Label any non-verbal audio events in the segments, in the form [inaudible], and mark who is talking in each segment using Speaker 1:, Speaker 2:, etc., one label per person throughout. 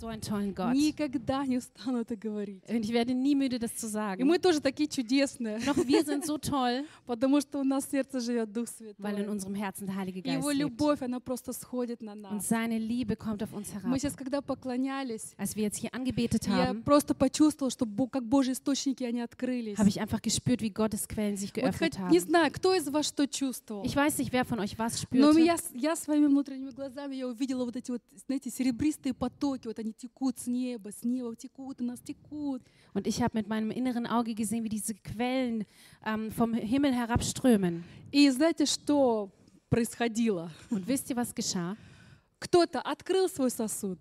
Speaker 1: so einen tollen Gott.
Speaker 2: Никогда не устану это говорить.
Speaker 1: Und ich werde nie müde, das zu
Speaker 2: И
Speaker 1: sagen.
Speaker 2: мы тоже такие чудесные,
Speaker 1: Doch wir sind so [laughs] toll,
Speaker 2: потому что у нас в сердце живет Дух
Speaker 1: weil in
Speaker 2: Святой.
Speaker 1: unserem Herzen der Heilige
Speaker 2: И
Speaker 1: Geist
Speaker 2: Его
Speaker 1: lebt.
Speaker 2: любовь, она просто сходит на
Speaker 1: Und
Speaker 2: нас.
Speaker 1: seine Liebe kommt auf uns
Speaker 2: Мы
Speaker 1: herab.
Speaker 2: сейчас, когда поклонялись,
Speaker 1: Als wir jetzt hier angebetet
Speaker 2: я
Speaker 1: haben,
Speaker 2: просто почувствовала, что Бо- как Божьи источники, они открылись.
Speaker 1: habe ich einfach gespürt, wie Gottes Quellen sich
Speaker 2: Вот хоть-
Speaker 1: geöffnet
Speaker 2: не
Speaker 1: haben.
Speaker 2: знаю, кто из вас что чувствовал,
Speaker 1: Ich weiß nicht, wer von euch was
Speaker 2: но
Speaker 1: spürte,
Speaker 2: я, с- я своими внутренними глазами я увидела вот эти вот, знаете, серебристые потоки, вот они текут с неба, с неба текут, у нас текут.
Speaker 1: und ich habe mit meinem inneren Auge gesehen, wie diese Quellen ähm, vom Himmel herabströmen.
Speaker 2: И знаете, что происходило?
Speaker 1: Und wisst ihr, was geschah?
Speaker 2: Кто-то открыл свой сосуд,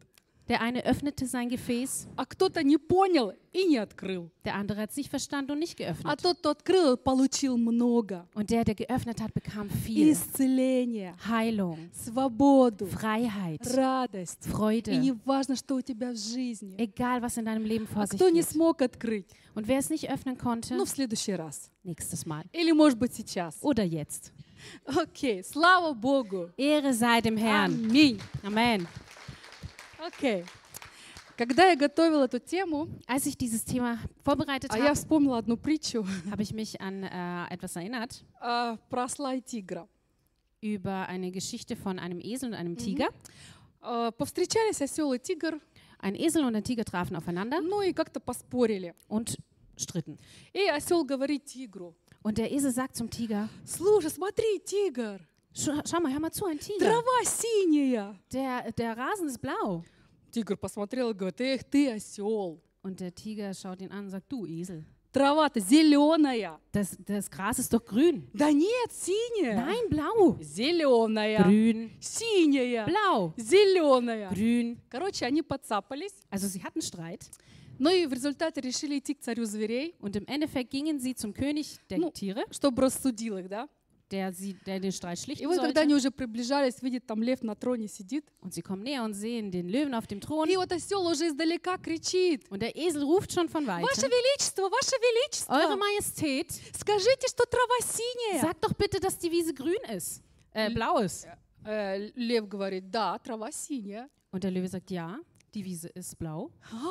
Speaker 1: Der eine öffnete sein Gefäß,
Speaker 2: а кто-то не понял и не открыл.
Speaker 1: der andere hat es nicht verstanden und nicht
Speaker 2: А
Speaker 1: geöffnet.
Speaker 2: тот, кто открыл, получил много.
Speaker 1: Und der, der geöffnet hat, bekam
Speaker 2: И
Speaker 1: viel.
Speaker 2: исцеление,
Speaker 1: Heilung,
Speaker 2: свободу,
Speaker 1: Freiheit,
Speaker 2: радость. И не
Speaker 1: Freude,
Speaker 2: важно, что у тебя в жизни.
Speaker 1: egal was in deinem Leben vor
Speaker 2: А
Speaker 1: sich
Speaker 2: кто не
Speaker 1: geht.
Speaker 2: смог открыть?
Speaker 1: Und wer es nicht öffnen konnte,
Speaker 2: Ну, в следующий раз.
Speaker 1: nächstes Mal
Speaker 2: Или, может быть, сейчас.
Speaker 1: oder jetzt.
Speaker 2: Окей, слава Богу.
Speaker 1: Ehre sei dem Herrn.
Speaker 2: Аминь.
Speaker 1: Amen.
Speaker 2: Окей. Когда я готовила эту тему,
Speaker 1: Als ich dieses Thema vorbereitet
Speaker 2: а я
Speaker 1: habe,
Speaker 2: вспомнила одну притчу [laughs]
Speaker 1: habe ich mich an äh, etwas erinnert
Speaker 2: а, про осла и тигра.
Speaker 1: über eine Geschichte von einem Esel und einem Tiger.
Speaker 2: А, Повстречались осел и тигр,
Speaker 1: Ein Esel und ein Tiger trafen aufeinander
Speaker 2: ну и как-то поспорили.
Speaker 1: und stritten.
Speaker 2: И осел говорит тигру,
Speaker 1: Und der Esel sagt zum Tiger,
Speaker 2: слушай, смотри, тигр,
Speaker 1: "Scha- schau mal, hör mal zu, ein Tiger.
Speaker 2: трава синяя.
Speaker 1: Der, der Rasen ist blau.
Speaker 2: Тигр посмотрел и говорит, эх, ты осел,
Speaker 1: Und der Tiger schaut ihn an und sagt, du Esel,
Speaker 2: трава-то зеленая.
Speaker 1: das, das Gras ist doch grün.
Speaker 2: Да нет, синяя.
Speaker 1: Nein, blau.
Speaker 2: Зеленая.
Speaker 1: Grün,
Speaker 2: Синяя.
Speaker 1: blau,
Speaker 2: Зеленая.
Speaker 1: grün.
Speaker 2: Короче, они подцапались,
Speaker 1: Also sie hatten Streit
Speaker 2: но и в результате решили идти к царю зверей,
Speaker 1: und im Endeffekt gingen sie zum König der
Speaker 2: Ну.
Speaker 1: Tiere,
Speaker 2: чтобы рассудил их, да?
Speaker 1: der, sie, der den Streit
Speaker 2: И
Speaker 1: schlichten
Speaker 2: вот
Speaker 1: sollte.
Speaker 2: когда они уже приближались, видит, там лев на троне сидит.
Speaker 1: Und sie kommen näher und sehen den Löwen auf dem Thron.
Speaker 2: И вот осел уже издалека кричит.
Speaker 1: Und der Esel ruft schon von
Speaker 2: Ваше
Speaker 1: weitem.
Speaker 2: величество, ваше
Speaker 1: Eure
Speaker 2: величество,
Speaker 1: Majestät,
Speaker 2: скажите, что трава синяя.
Speaker 1: sag doch bitte, dass die Wiese grün ist, äh, blau ist.
Speaker 2: Э, лев говорит, да, трава синяя.
Speaker 1: Und der Löwe sagt, ja, die Wiese ist blau.
Speaker 2: А,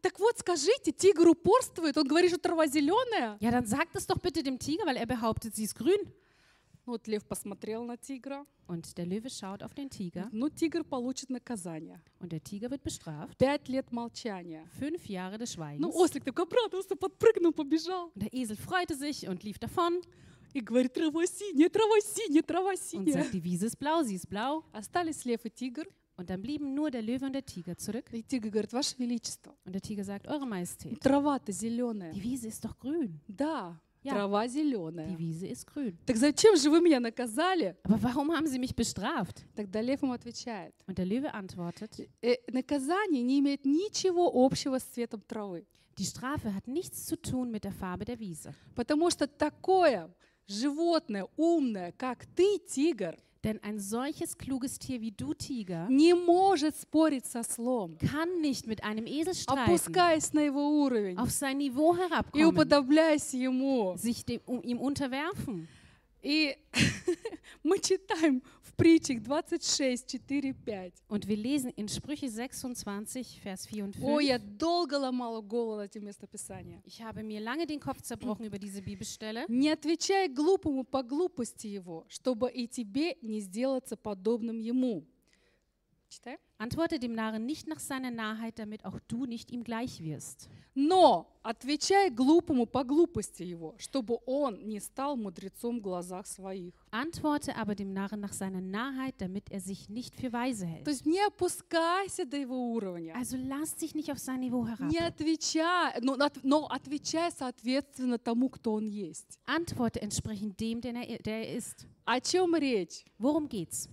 Speaker 2: так вот, скажите, тигр упорствует, он говорит, что трава зеленая.
Speaker 1: Ja, dann sagt es doch bitte dem Tiger, weil er behauptet, sie ist grün.
Speaker 2: Ну Вот лев посмотрел на тигра.
Speaker 1: Und der Löwe schaut auf den Tiger
Speaker 2: Ну, тигр получит наказание.
Speaker 1: und der Tiger wird bestraft.
Speaker 2: Пять лет молчания.
Speaker 1: Fünf Jahre des
Speaker 2: Ну,
Speaker 1: Schweigens. Und
Speaker 2: ослик такой обрадовался, подпрыгнул, побежал.
Speaker 1: der Esel freute sich und lief davon
Speaker 2: И говорит, трава синяя, трава синяя, трава
Speaker 1: und
Speaker 2: синяя.
Speaker 1: sagt, die Wiese ist blau, sie ist blau.
Speaker 2: Остались лев и тигр.
Speaker 1: Und dann blieben nur der Löwe und der Tiger zurück.
Speaker 2: И тигр говорит, ваше величество,
Speaker 1: Und der Tiger sagt, Eure Majestät,
Speaker 2: трава-то зеленая.
Speaker 1: die Wiese ist doch grün.
Speaker 2: Да,
Speaker 1: Я.
Speaker 2: трава
Speaker 1: Die
Speaker 2: зеленая.
Speaker 1: Wiese ist grün.
Speaker 2: Так зачем же вы меня наказали?
Speaker 1: Aber warum haben sie mich bestraft?
Speaker 2: Тогда лев ему отвечает.
Speaker 1: Und der Löwe antwortet,
Speaker 2: «Э, наказание не имеет ничего общего с цветом травы,
Speaker 1: die Strafe hat nichts zu tun mit der Farbe der Wiese.
Speaker 2: потому что такое животное умное, как ты, тигр,
Speaker 1: Denn ein solches kluges Tier wie du, Tiger,
Speaker 2: не может спорить со слом,
Speaker 1: kann nicht mit einem Esel streiten,
Speaker 2: опускаясь на его уровень
Speaker 1: auf sein Niveau
Speaker 2: и
Speaker 1: herabkommen,
Speaker 2: уподобляясь ему.
Speaker 1: sich dem, um, ihm unterwerfen.
Speaker 2: И [laughs] мы читаем в притчах 26, 4, 5.
Speaker 1: Und wir lesen in Sprüche 26, Vers 4 und 5.
Speaker 2: Ой, я долго ломала голову над этим местописанием.
Speaker 1: Ich habe mir lange den Kopf zerbrochen über diese Bibelstelle.
Speaker 2: Не отвечай глупому по глупости его, чтобы и тебе не сделаться подобным ему. Читаем?
Speaker 1: Antworte dem Narren nicht nach seiner Narrheit, damit auch du nicht ihm gleich wirst.
Speaker 2: Но отвечай глупому по глупости его, чтобы он не стал мудрецом в глазах своих.
Speaker 1: Antworte aber dem Narren nach seiner Narrheit, damit er sich nicht für weise hält.
Speaker 2: То есть не опускайся до его уровня.
Speaker 1: Also lass dich nicht auf sein Niveau herab.
Speaker 2: Не отвечай, но, от- но отвечай соответственно тому, кто он есть.
Speaker 1: Antworte entsprechend dem, den er, der er ist.
Speaker 2: О чем речь?
Speaker 1: Worum geht's?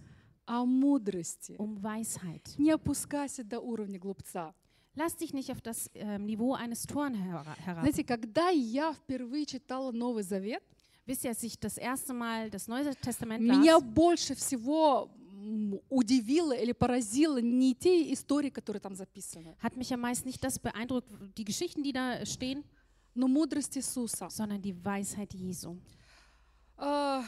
Speaker 2: О мудрости.
Speaker 1: Um Weisheit.
Speaker 2: Не опускайся до уровня глупца.
Speaker 1: Lass dich nicht auf das ähm, Niveau eines Toren her herab.
Speaker 2: Знаете, когда я впервые читала Новый Завет,
Speaker 1: Wisst ihr, als ich das erste Mal das Neue Testament
Speaker 2: меня
Speaker 1: las,
Speaker 2: больше всего м, удивило или поразило не те истории, которые там записаны,
Speaker 1: hat mich am meisten nicht das beeindruckt, die Geschichten, die da stehen,
Speaker 2: но мудрость Иисуса.
Speaker 1: sondern die Weisheit Jesu.
Speaker 2: А,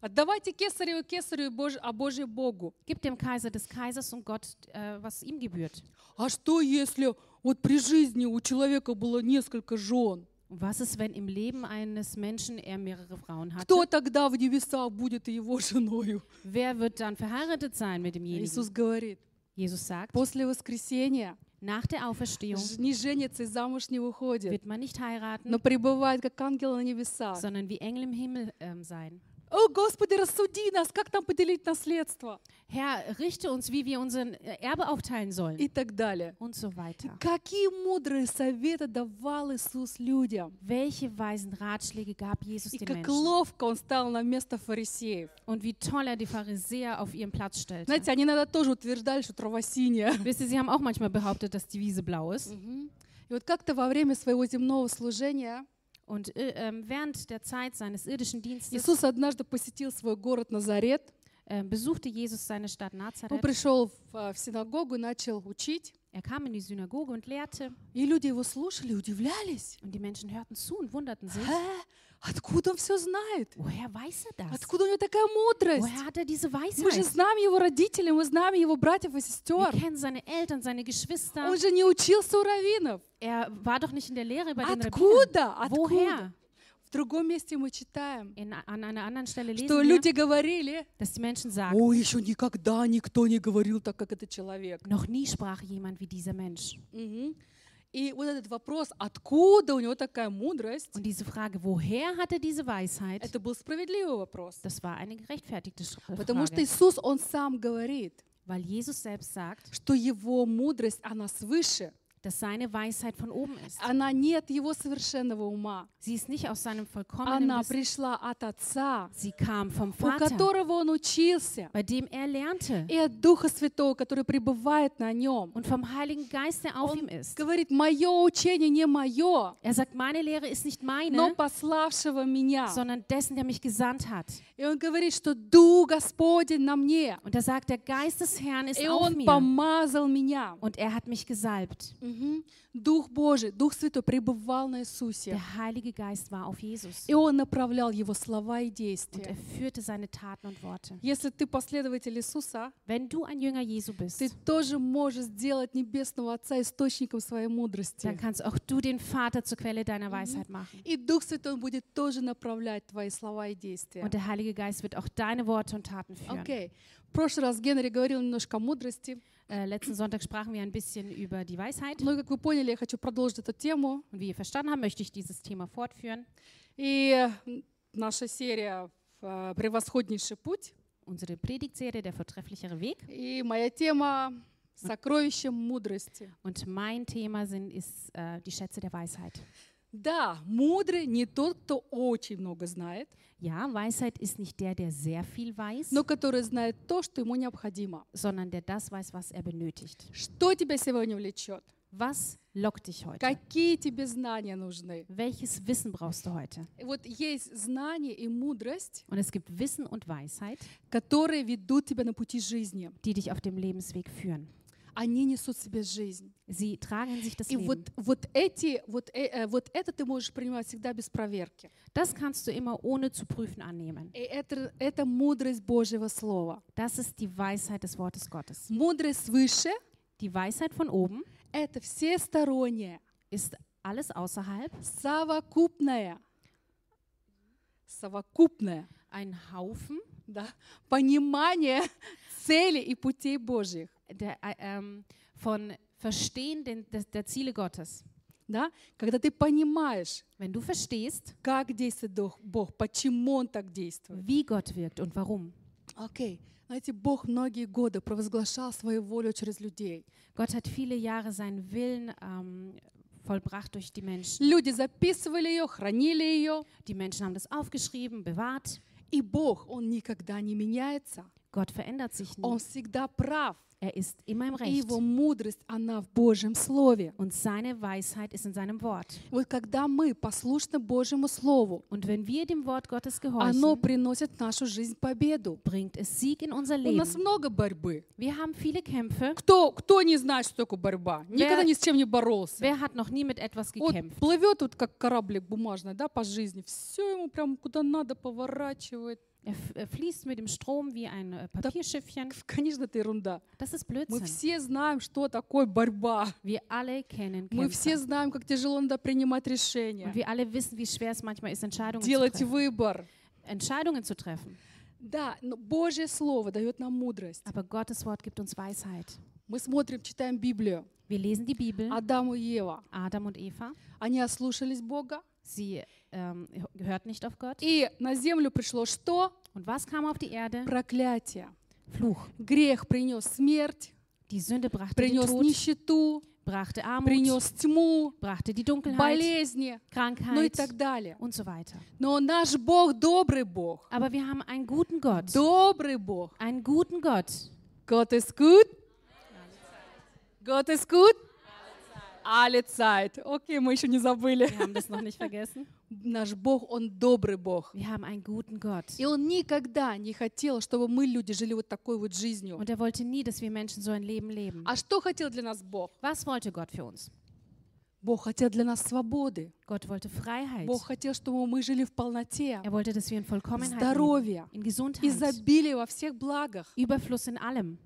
Speaker 2: Отдавайте кесарю кесарю, и Бож- а Божье Богу.
Speaker 1: Gib dem Kaiser des Kaisers und Gott, äh, was ihm gebührt.
Speaker 2: А что, если вот при жизни у человека было несколько жен?
Speaker 1: Und was ist, wenn im Leben eines Menschen er mehrere Frauen hat?
Speaker 2: Кто тогда в небесах будет и его женою?
Speaker 1: Wer wird dann verheiratet sein mit demjenigen?
Speaker 2: Иисус говорит,
Speaker 1: Jesus sagt,
Speaker 2: после воскресения
Speaker 1: nach der Auferstehung
Speaker 2: ж- не женится и замуж не выходит,
Speaker 1: wird man nicht heiraten,
Speaker 2: но пребывает как ангел на небесах.
Speaker 1: sondern wie Engel im Himmel ähm, sein.
Speaker 2: О, Господи, рассуди нас, как там поделить наследство?
Speaker 1: Herr, richte uns, wie wir unseren äh, Erbe aufteilen sollen
Speaker 2: И так далее.
Speaker 1: und so weiter.
Speaker 2: Какие мудрые советы давал Иисус людям.
Speaker 1: Welche weisen Ratschläge gab Jesus
Speaker 2: И
Speaker 1: den
Speaker 2: как
Speaker 1: Menschen?
Speaker 2: ловко он стал на место фарисеев.
Speaker 1: Und wie toll er die Pharisäer auf ihren Platz stellte.
Speaker 2: Знаете, они иногда тоже утверждали, что трава синяя.
Speaker 1: Wisst ihr, sie haben auch manchmal behauptet, dass die Wiese blau ist.
Speaker 2: И вот как-то во время своего земного служения
Speaker 1: Und äh, ähm, während der Zeit seines irdischen Dienstes
Speaker 2: Иисус однажды посетил свой город Назарет.
Speaker 1: äh, besuchte Jesus seine Stadt
Speaker 2: Он
Speaker 1: Nazareth.
Speaker 2: пришел в, а, в синагогу и начал учить.
Speaker 1: Er kam in die Synagoge und lehrte.
Speaker 2: И люди его слушали, удивлялись.
Speaker 1: Und die Menschen hörten zu und wunderten sich.
Speaker 2: «Э, откуда он все знает?
Speaker 1: Woher weiß er das?
Speaker 2: Откуда у него такая мудрость?
Speaker 1: Woher hat er diese
Speaker 2: Мы же
Speaker 1: Weisheit?
Speaker 2: знаем его родителей, мы знаем его братьев и
Speaker 1: Wir
Speaker 2: сестер.
Speaker 1: kennen seine Eltern, seine Geschwister.
Speaker 2: Он же не учился у раввинов.
Speaker 1: Er war doch nicht in der Lehre bei den Rabbinern.
Speaker 2: Откуда? Откуда?
Speaker 1: Woher?
Speaker 2: В другом месте мы читаем,
Speaker 1: In, an einer anderen Stelle
Speaker 2: что
Speaker 1: lesen wir,
Speaker 2: люди говорили,
Speaker 1: dass die Menschen sagen,
Speaker 2: Ой, еще никогда никто не говорил так, как этот человек.
Speaker 1: noch nie sprach jemand wie dieser Mensch.
Speaker 2: Мгм. И вот этот вопрос, откуда у него такая мудрость,
Speaker 1: Und diese Frage, woher hat er diese Weisheit?
Speaker 2: это был справедливый вопрос.
Speaker 1: Das war eine gerechtfertigte Sch-
Speaker 2: Потому что
Speaker 1: Frage,
Speaker 2: Иисус, Он сам говорит,
Speaker 1: weil Jesus selbst sagt,
Speaker 2: что Его мудрость, она свыше,
Speaker 1: dass seine Weisheit von oben ist.
Speaker 2: она не от Его совершенного ума,
Speaker 1: Sie ist nicht aus seinem vollkommenen
Speaker 2: она
Speaker 1: Wissen.
Speaker 2: пришла от Отца,
Speaker 1: Sie kam vom
Speaker 2: у
Speaker 1: Vater,
Speaker 2: которого Он учился,
Speaker 1: bei dem er lernte
Speaker 2: и от Духа Святого, который пребывает на Нем.
Speaker 1: und vom Heiligen Geist, der auf ihm ist.
Speaker 2: Говорит, мое учение не мое,
Speaker 1: Er sagt, meine Lehre ist nicht
Speaker 2: но
Speaker 1: meine,
Speaker 2: пославшего меня.
Speaker 1: sondern dessen, der mich gesandt hat.
Speaker 2: И он говорит, что Дух Господень на мне.
Speaker 1: Und er sagt, der Geist des Herrn ist
Speaker 2: И
Speaker 1: auf
Speaker 2: он
Speaker 1: mir
Speaker 2: помазал меня.
Speaker 1: und er hat mich gesalbt.
Speaker 2: Мгм. Дух Божий, Дух Святой пребывал на Иисусе.
Speaker 1: Der Heilige Geist war auf Jesus
Speaker 2: И он направлял его слова и
Speaker 1: und er
Speaker 2: действия.
Speaker 1: führte seine Taten und Worte.
Speaker 2: Если ты последователь Иисуса,
Speaker 1: Wenn du ein Jünger Jesu
Speaker 2: ты
Speaker 1: bist,
Speaker 2: тоже можешь сделать Небесного Отца источником своей
Speaker 1: dann
Speaker 2: мудрости.
Speaker 1: kannst auch du den Vater zur Quelle deiner Weisheit machen.
Speaker 2: И Дух Святой он будет тоже направлять твои слова и действия.
Speaker 1: Und der Heilige Geist wird auch deine Worte und Taten führen.
Speaker 2: Окей. В прошлый раз Генри говорил немножко о мудрости.
Speaker 1: Äh, letzten Sonntag sprachen wir ein bisschen über die Weisheit.
Speaker 2: Но, Ну, как вы поняли, я хочу продолжить эту тему.
Speaker 1: Und wie ihr verstanden habt, möchte ich dieses Thema fortführen.
Speaker 2: И м, наша серия э, «Превосходнейший путь».
Speaker 1: Unsere Predigtserie, der vortrefflichere Weg.
Speaker 2: И моя тема — сокровище мудрости.
Speaker 1: Und mein Thema sind, ist äh, die Schätze der Weisheit.
Speaker 2: Да, мудрый не тот, кто очень много знает,
Speaker 1: Ja, Weisheit ist nicht der, der sehr viel weiß,
Speaker 2: но который знает то, что ему необходимо.
Speaker 1: sondern der das weiß, was er benötigt.
Speaker 2: Что тебя сегодня влечет?
Speaker 1: Was lockt dich heute?
Speaker 2: Какие тебе знания нужны?
Speaker 1: Welches Wissen brauchst du heute?
Speaker 2: И Вот есть знания и мудрость,
Speaker 1: Und es gibt Wissen und Weisheit,
Speaker 2: которые ведут тебя на пути жизни.
Speaker 1: die dich auf dem Lebensweg führen.
Speaker 2: Они несут в себе жизнь.
Speaker 1: Sie tragen in sich das
Speaker 2: И вот,
Speaker 1: Leben.
Speaker 2: вот, эти, вот, э- э, вот это ты можешь принимать всегда без проверки.
Speaker 1: Das kannst du immer ohne zu prüfen annehmen.
Speaker 2: И это, это мудрость Божьего Слова.
Speaker 1: Das ist die Weisheit des Wortes Gottes.
Speaker 2: Мудрость свыше
Speaker 1: Die Weisheit von oben
Speaker 2: — это всесторонняя,
Speaker 1: ist alles außerhalb,
Speaker 2: совокупная, совокупная,
Speaker 1: ein Haufen
Speaker 2: да, понимание [laughs] целей и путей Божьих.
Speaker 1: der, äh, ähm, von Verstehen den, des, der Ziele Gottes.
Speaker 2: Да? Когда ты понимаешь,
Speaker 1: Wenn du verstehst,
Speaker 2: как действует Дух- Бог, почему Он так действует.
Speaker 1: wie Gott wirkt und warum.
Speaker 2: Окей. Знаете, Бог многие годы провозглашал свою волю через людей.
Speaker 1: Gott hat viele Jahre seinen Willen ähm, vollbracht durch die Menschen.
Speaker 2: Люди записывали ее, хранили ее.
Speaker 1: Die Menschen haben das aufgeschrieben, bewahrt.
Speaker 2: И Бог, Он никогда не меняется.
Speaker 1: Gott verändert sich nie.
Speaker 2: Он всегда прав.
Speaker 1: Er ist immer im
Speaker 2: И
Speaker 1: Recht.
Speaker 2: его мудрость, она в Божьем Слове.
Speaker 1: Und seine Weisheit ist in seinem Wort.
Speaker 2: Вот когда мы послушны Божьему Слову,
Speaker 1: Und wenn wir dem Wort Gottes
Speaker 2: оно
Speaker 1: gehorchen,
Speaker 2: приносит в нашу жизнь победу.
Speaker 1: bringt es Sieg in unser
Speaker 2: У нас
Speaker 1: Leben.
Speaker 2: много борьбы.
Speaker 1: Wir haben viele Kämpfe.
Speaker 2: Кто, кто не знает, что такое борьба? Никогда ни с чем не боролся.
Speaker 1: Wer hat noch nie mit etwas
Speaker 2: Вот
Speaker 1: gekämpft?
Speaker 2: плывет вот как кораблик бумажный, да, по жизни. Все ему прям куда надо поворачивает, [laughs]
Speaker 1: Er f- er fließt mit dem Strom wie ein äh, Papierschiffchen.
Speaker 2: Конечно, это ерунда.
Speaker 1: Das ist
Speaker 2: Мы
Speaker 1: Blödsinn.
Speaker 2: все знаем, что такое борьба.
Speaker 1: Wir alle kennen
Speaker 2: Мы все
Speaker 1: Kämpfe.
Speaker 2: знаем, как тяжело надо принимать
Speaker 1: Und
Speaker 2: решения,
Speaker 1: wir alle wissen, wie schwer es manchmal ist, Entscheidungen zu
Speaker 2: делать
Speaker 1: treffen.
Speaker 2: выбор.
Speaker 1: Entscheidungen zu treffen.
Speaker 2: Да, но Божье Слово дает нам мудрость.
Speaker 1: Aber Gottes Wort gibt uns Weisheit.
Speaker 2: Мы смотрим, читаем Библию.
Speaker 1: Wir lesen die Bibel.
Speaker 2: Адам и Ева,
Speaker 1: Adam und Eva,
Speaker 2: они ослушались Бога,
Speaker 1: sie ähm, hört nicht auf Gott.
Speaker 2: и на землю пришло что?
Speaker 1: Und was kam auf die Erde?
Speaker 2: Проклятие.
Speaker 1: Fluch.
Speaker 2: Грех принес смерть,
Speaker 1: Die Sünde brachte den
Speaker 2: принес
Speaker 1: Tod,
Speaker 2: нищету,
Speaker 1: brachte Armut,
Speaker 2: принес тьму,
Speaker 1: brachte die Dunkelheit,
Speaker 2: болезни, ну и
Speaker 1: Krankheit
Speaker 2: так далее.
Speaker 1: und so weiter.
Speaker 2: Но наш Бог добрый Бог.
Speaker 1: Aber wir haben einen guten Gott.
Speaker 2: Добрый Бог.
Speaker 1: Einen guten Gott.
Speaker 2: God is good. God is good. Alle Zeit. Окей, мы еще не забыли.
Speaker 1: Wir haben das noch nicht vergessen.
Speaker 2: Наш Бог, Он добрый Бог.
Speaker 1: Wir haben einen guten Gott.
Speaker 2: И Он никогда не хотел, чтобы мы, люди, жили вот такой вот жизнью.
Speaker 1: Und er wollte nie, dass wir Menschen so ein Leben leben.
Speaker 2: А что хотел для нас Бог?
Speaker 1: Was wollte Gott für uns?
Speaker 2: Бог хотел для нас свободы.
Speaker 1: Gott wollte Freiheit.
Speaker 2: Бог хотел, чтобы мы жили в полноте,
Speaker 1: Er wollte, dass wir in Vollkommenheit
Speaker 2: Здоровье.
Speaker 1: leben, in Gesundheit,
Speaker 2: изобилие во всех благах.
Speaker 1: Überfluss in allem.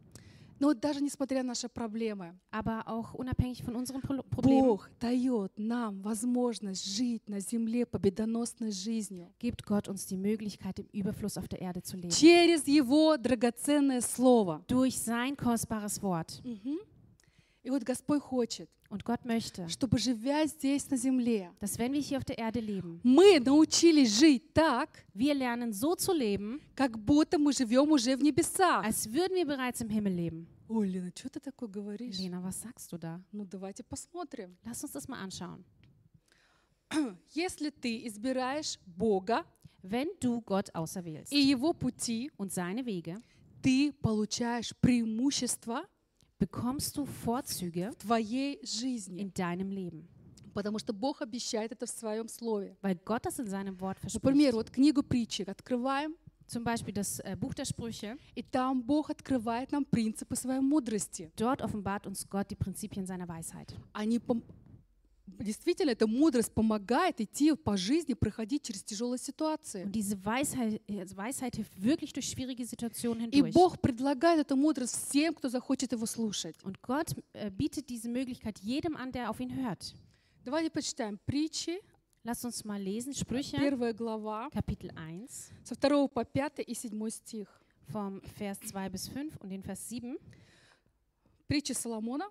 Speaker 2: Но вот даже несмотря на наши проблемы,
Speaker 1: Aber auch unabhängig von unseren Pro Problemen
Speaker 2: Бог дает нам возможность жить на земле победоносной жизнью.
Speaker 1: gibt Gott uns die Möglichkeit, im Überfluss auf der Erde zu leben.
Speaker 2: через Его драгоценное Слово.
Speaker 1: Durch sein kostbares Wort.
Speaker 2: И вот Господь хочет,
Speaker 1: Und Gott möchte,
Speaker 2: чтобы, живя здесь на земле,
Speaker 1: dass wenn wir hier auf der Erde leben,
Speaker 2: мы научились жить так,
Speaker 1: wir lernen so zu leben,
Speaker 2: как будто мы живем уже в небесах.
Speaker 1: als würden wir bereits im Himmel leben.
Speaker 2: Ой, Лена, что ты такое говоришь?
Speaker 1: Lena, was sagst du da?
Speaker 2: Ну, давайте посмотрим.
Speaker 1: Lass uns das mal anschauen.
Speaker 2: Если ты избираешь Бога
Speaker 1: Wenn du Gott auserwählst
Speaker 2: и Его пути,
Speaker 1: und seine Wege,
Speaker 2: ты получаешь преимущество
Speaker 1: bekommst du Vorzüge
Speaker 2: в твоей жизни,
Speaker 1: in deinem Leben,
Speaker 2: потому что Бог обещает это в Своем Слове.
Speaker 1: weil Gott das in seinem Wort verspricht.
Speaker 2: Например, вот книгу притчи открываем,
Speaker 1: Zum Beispiel das äh, Buch der Sprüche.
Speaker 2: и там Бог открывает нам принципы своей мудрости.
Speaker 1: Dort offenbart uns Gott die Prinzipien seiner Weisheit.
Speaker 2: они пом- действительно эта мудрость помогает идти по жизни, проходить через тяжелые ситуации.
Speaker 1: Und diese Weisheit, äh, Weisheit hilft wirklich durch schwierige Situationen
Speaker 2: И
Speaker 1: hindurch.
Speaker 2: Бог предлагает эту мудрость всем, кто захочет его слушать.
Speaker 1: Und Gott äh, bietet diese Möglichkeit jedem an, der auf ihn hört.
Speaker 2: Давайте почитаем притчи,
Speaker 1: Lasst uns mal lesen, Sprüche,
Speaker 2: первая глава,
Speaker 1: Kapitel 1,
Speaker 2: со второго по 5 и 7 стих.
Speaker 1: vom Vers 2 bis 5 und den Vers 7.
Speaker 2: Притчи Соломона.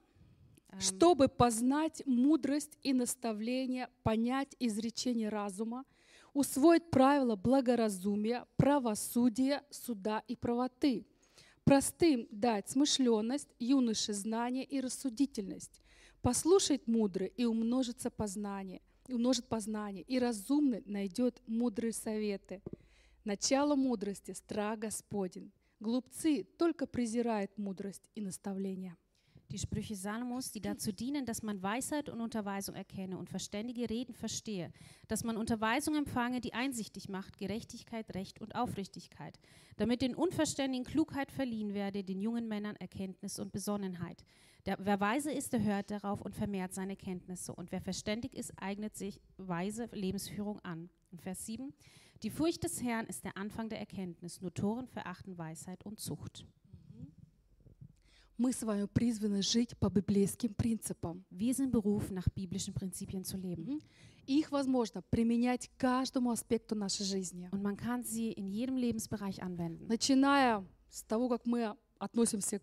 Speaker 1: Ähm,
Speaker 2: Чтобы познать мудрость и наставление, понять изречение разума, усвоить правила благоразумия, правосудия, суда и правоты, простым дать смышленность, юноше знание и рассудительность, послушать мудрый и умножится познание, и умножит познание, и разумный найдет мудрые советы. Начало мудрости – страх Господень. Глупцы только презирают мудрость и наставление.
Speaker 1: Die Sprüche Salomos, die dazu dienen, dass man Weisheit und Unterweisung erkenne und verständige Reden verstehe, dass man Unterweisung empfange, die einsichtig macht, Gerechtigkeit, Recht und Aufrichtigkeit, damit den Unverständigen Klugheit verliehen werde, den jungen Männern Erkenntnis und Besonnenheit. Der, wer weise ist, der hört darauf und vermehrt seine Kenntnisse, und wer verständig ist, eignet sich weise Lebensführung an. Und Vers 7. Die Furcht des Herrn ist der Anfang der Erkenntnis, nur Toren verachten Weisheit und Zucht.
Speaker 2: Мы с вами призваны жить по библейским принципам.
Speaker 1: Wir sind berufen, nach biblischen Prinzipien zu leben.
Speaker 2: И их возможно применять к каждому аспекту нашей жизни.
Speaker 1: Und man kann sie in jedem Lebensbereich anwenden.
Speaker 2: Начиная с того, как мы относимся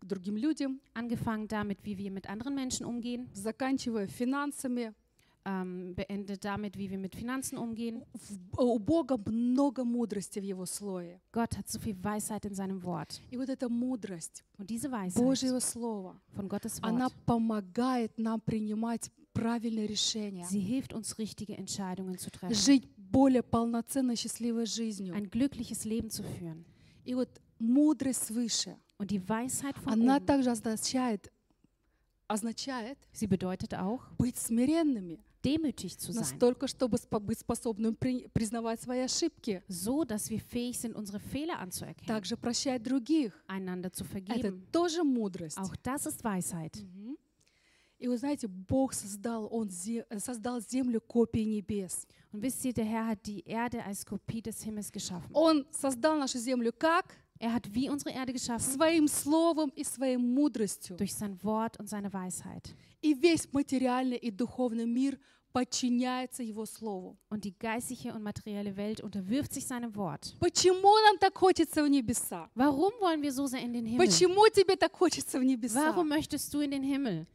Speaker 2: к другим людям,
Speaker 1: Angefangen damit, wie wir mit anderen Menschen umgehen,
Speaker 2: заканчивая финансами.
Speaker 1: ähm, beendet damit, wie wir mit Finanzen umgehen.
Speaker 2: В- У Бога много мудрости в Его Слове.
Speaker 1: Gott hat so viel Weisheit in seinem Wort.
Speaker 2: И вот эта мудрость
Speaker 1: Und diese Weisheit
Speaker 2: Божьего Слова,
Speaker 1: von Gottes
Speaker 2: она
Speaker 1: Wort,
Speaker 2: помогает нам принимать правильные решения,
Speaker 1: sie hilft uns, richtige Entscheidungen zu treffen,
Speaker 2: жить более полноценной, счастливой жизнью.
Speaker 1: ein glückliches Leben zu führen.
Speaker 2: И вот мудрость свыше,
Speaker 1: Und die Weisheit von
Speaker 2: она
Speaker 1: oben,
Speaker 2: также означает, означает
Speaker 1: sie bedeutet auch,
Speaker 2: быть смиренными,
Speaker 1: demütig zu sein.
Speaker 2: настолько, чтобы спо- быть способным при- признавать свои ошибки,
Speaker 1: So, dass wir fähig sind, unsere Fehler anzuerkennen,
Speaker 2: также прощать других.
Speaker 1: einander zu
Speaker 2: Это
Speaker 1: vergeben.
Speaker 2: тоже мудрость.
Speaker 1: Auch das ist Weisheit.
Speaker 2: Мгм. И вы знаете, Бог создал, Он зе- создал землю копией небес.
Speaker 1: Und wisst ihr, der Herr hat die Erde als Kopie des Himmels geschaffen.
Speaker 2: Он создал нашу землю как?
Speaker 1: Er hat wie unsere Erde geschaffen,
Speaker 2: Своим словом и своей мудростью.
Speaker 1: durch sein Wort und seine Weisheit.
Speaker 2: И весь материальный и духовный мир подчиняется Его Слову.
Speaker 1: Und die geistige und materielle Welt unterwirft sich seinem Wort.
Speaker 2: Почему нам так хочется в небеса?
Speaker 1: Warum wollen wir so sehr in den Himmel?
Speaker 2: Почему тебе так хочется в небеса?
Speaker 1: Warum möchtest du in den Himmel?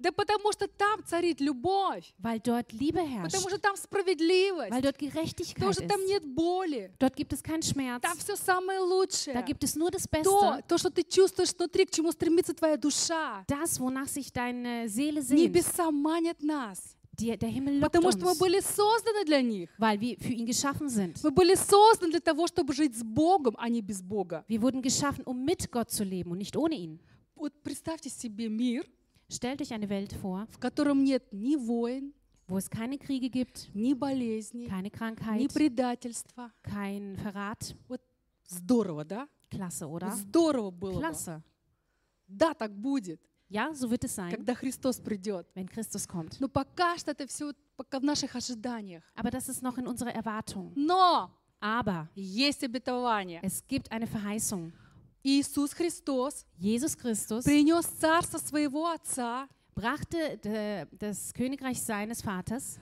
Speaker 2: Да потому что там царит любовь,
Speaker 1: Weil dort Liebe herrscht,
Speaker 2: потому что там
Speaker 1: weil
Speaker 2: справедливость,
Speaker 1: dort
Speaker 2: потому
Speaker 1: Gerechtigkeit
Speaker 2: что там
Speaker 1: ist.
Speaker 2: нет боли,
Speaker 1: Dort gibt es keinen Schmerz,
Speaker 2: там все самое
Speaker 1: da
Speaker 2: лучшее.
Speaker 1: gibt es nur das
Speaker 2: То,
Speaker 1: Beste.
Speaker 2: то, что ты чувствуешь внутри, к чему стремится твоя душа.
Speaker 1: Das, wonach sich deine Seele sehnt,
Speaker 2: Небеса манят нас,
Speaker 1: die, der Himmel lockt
Speaker 2: потому что мы
Speaker 1: uns,
Speaker 2: были созданы для них.
Speaker 1: weil wir für ihn geschaffen sind.
Speaker 2: Мы были созданы для того, чтобы жить с Богом, а не без Бога.
Speaker 1: Wir wurden geschaffen, um mit Gott zu leben und nicht ohne ihn.
Speaker 2: Вот представьте себе мир,
Speaker 1: Stellt euch eine Welt vor,
Speaker 2: в котором нет ни войн,
Speaker 1: wo es keine Kriege gibt,
Speaker 2: ни болезней,
Speaker 1: keine
Speaker 2: ни
Speaker 1: Krankheit,
Speaker 2: предательства.
Speaker 1: kein Verrat.
Speaker 2: Здорово, да?
Speaker 1: Klasse,
Speaker 2: Вот
Speaker 1: oder?
Speaker 2: Здорово было бы.
Speaker 1: Klasse.
Speaker 2: Да, так будет,
Speaker 1: Ja, so wird es sein,
Speaker 2: когда Христос придет.
Speaker 1: wenn Christus kommt.
Speaker 2: Но Ну, пока что это все пока в наших ожиданиях.
Speaker 1: Aber das ist noch in unserer Erwartung.
Speaker 2: Но
Speaker 1: Aber
Speaker 2: есть обетование.
Speaker 1: es gibt eine Verheißung.
Speaker 2: Иисус Христос
Speaker 1: Jesus Christus
Speaker 2: принес царство своего Отца
Speaker 1: brachte de, das Königreich seines Vaters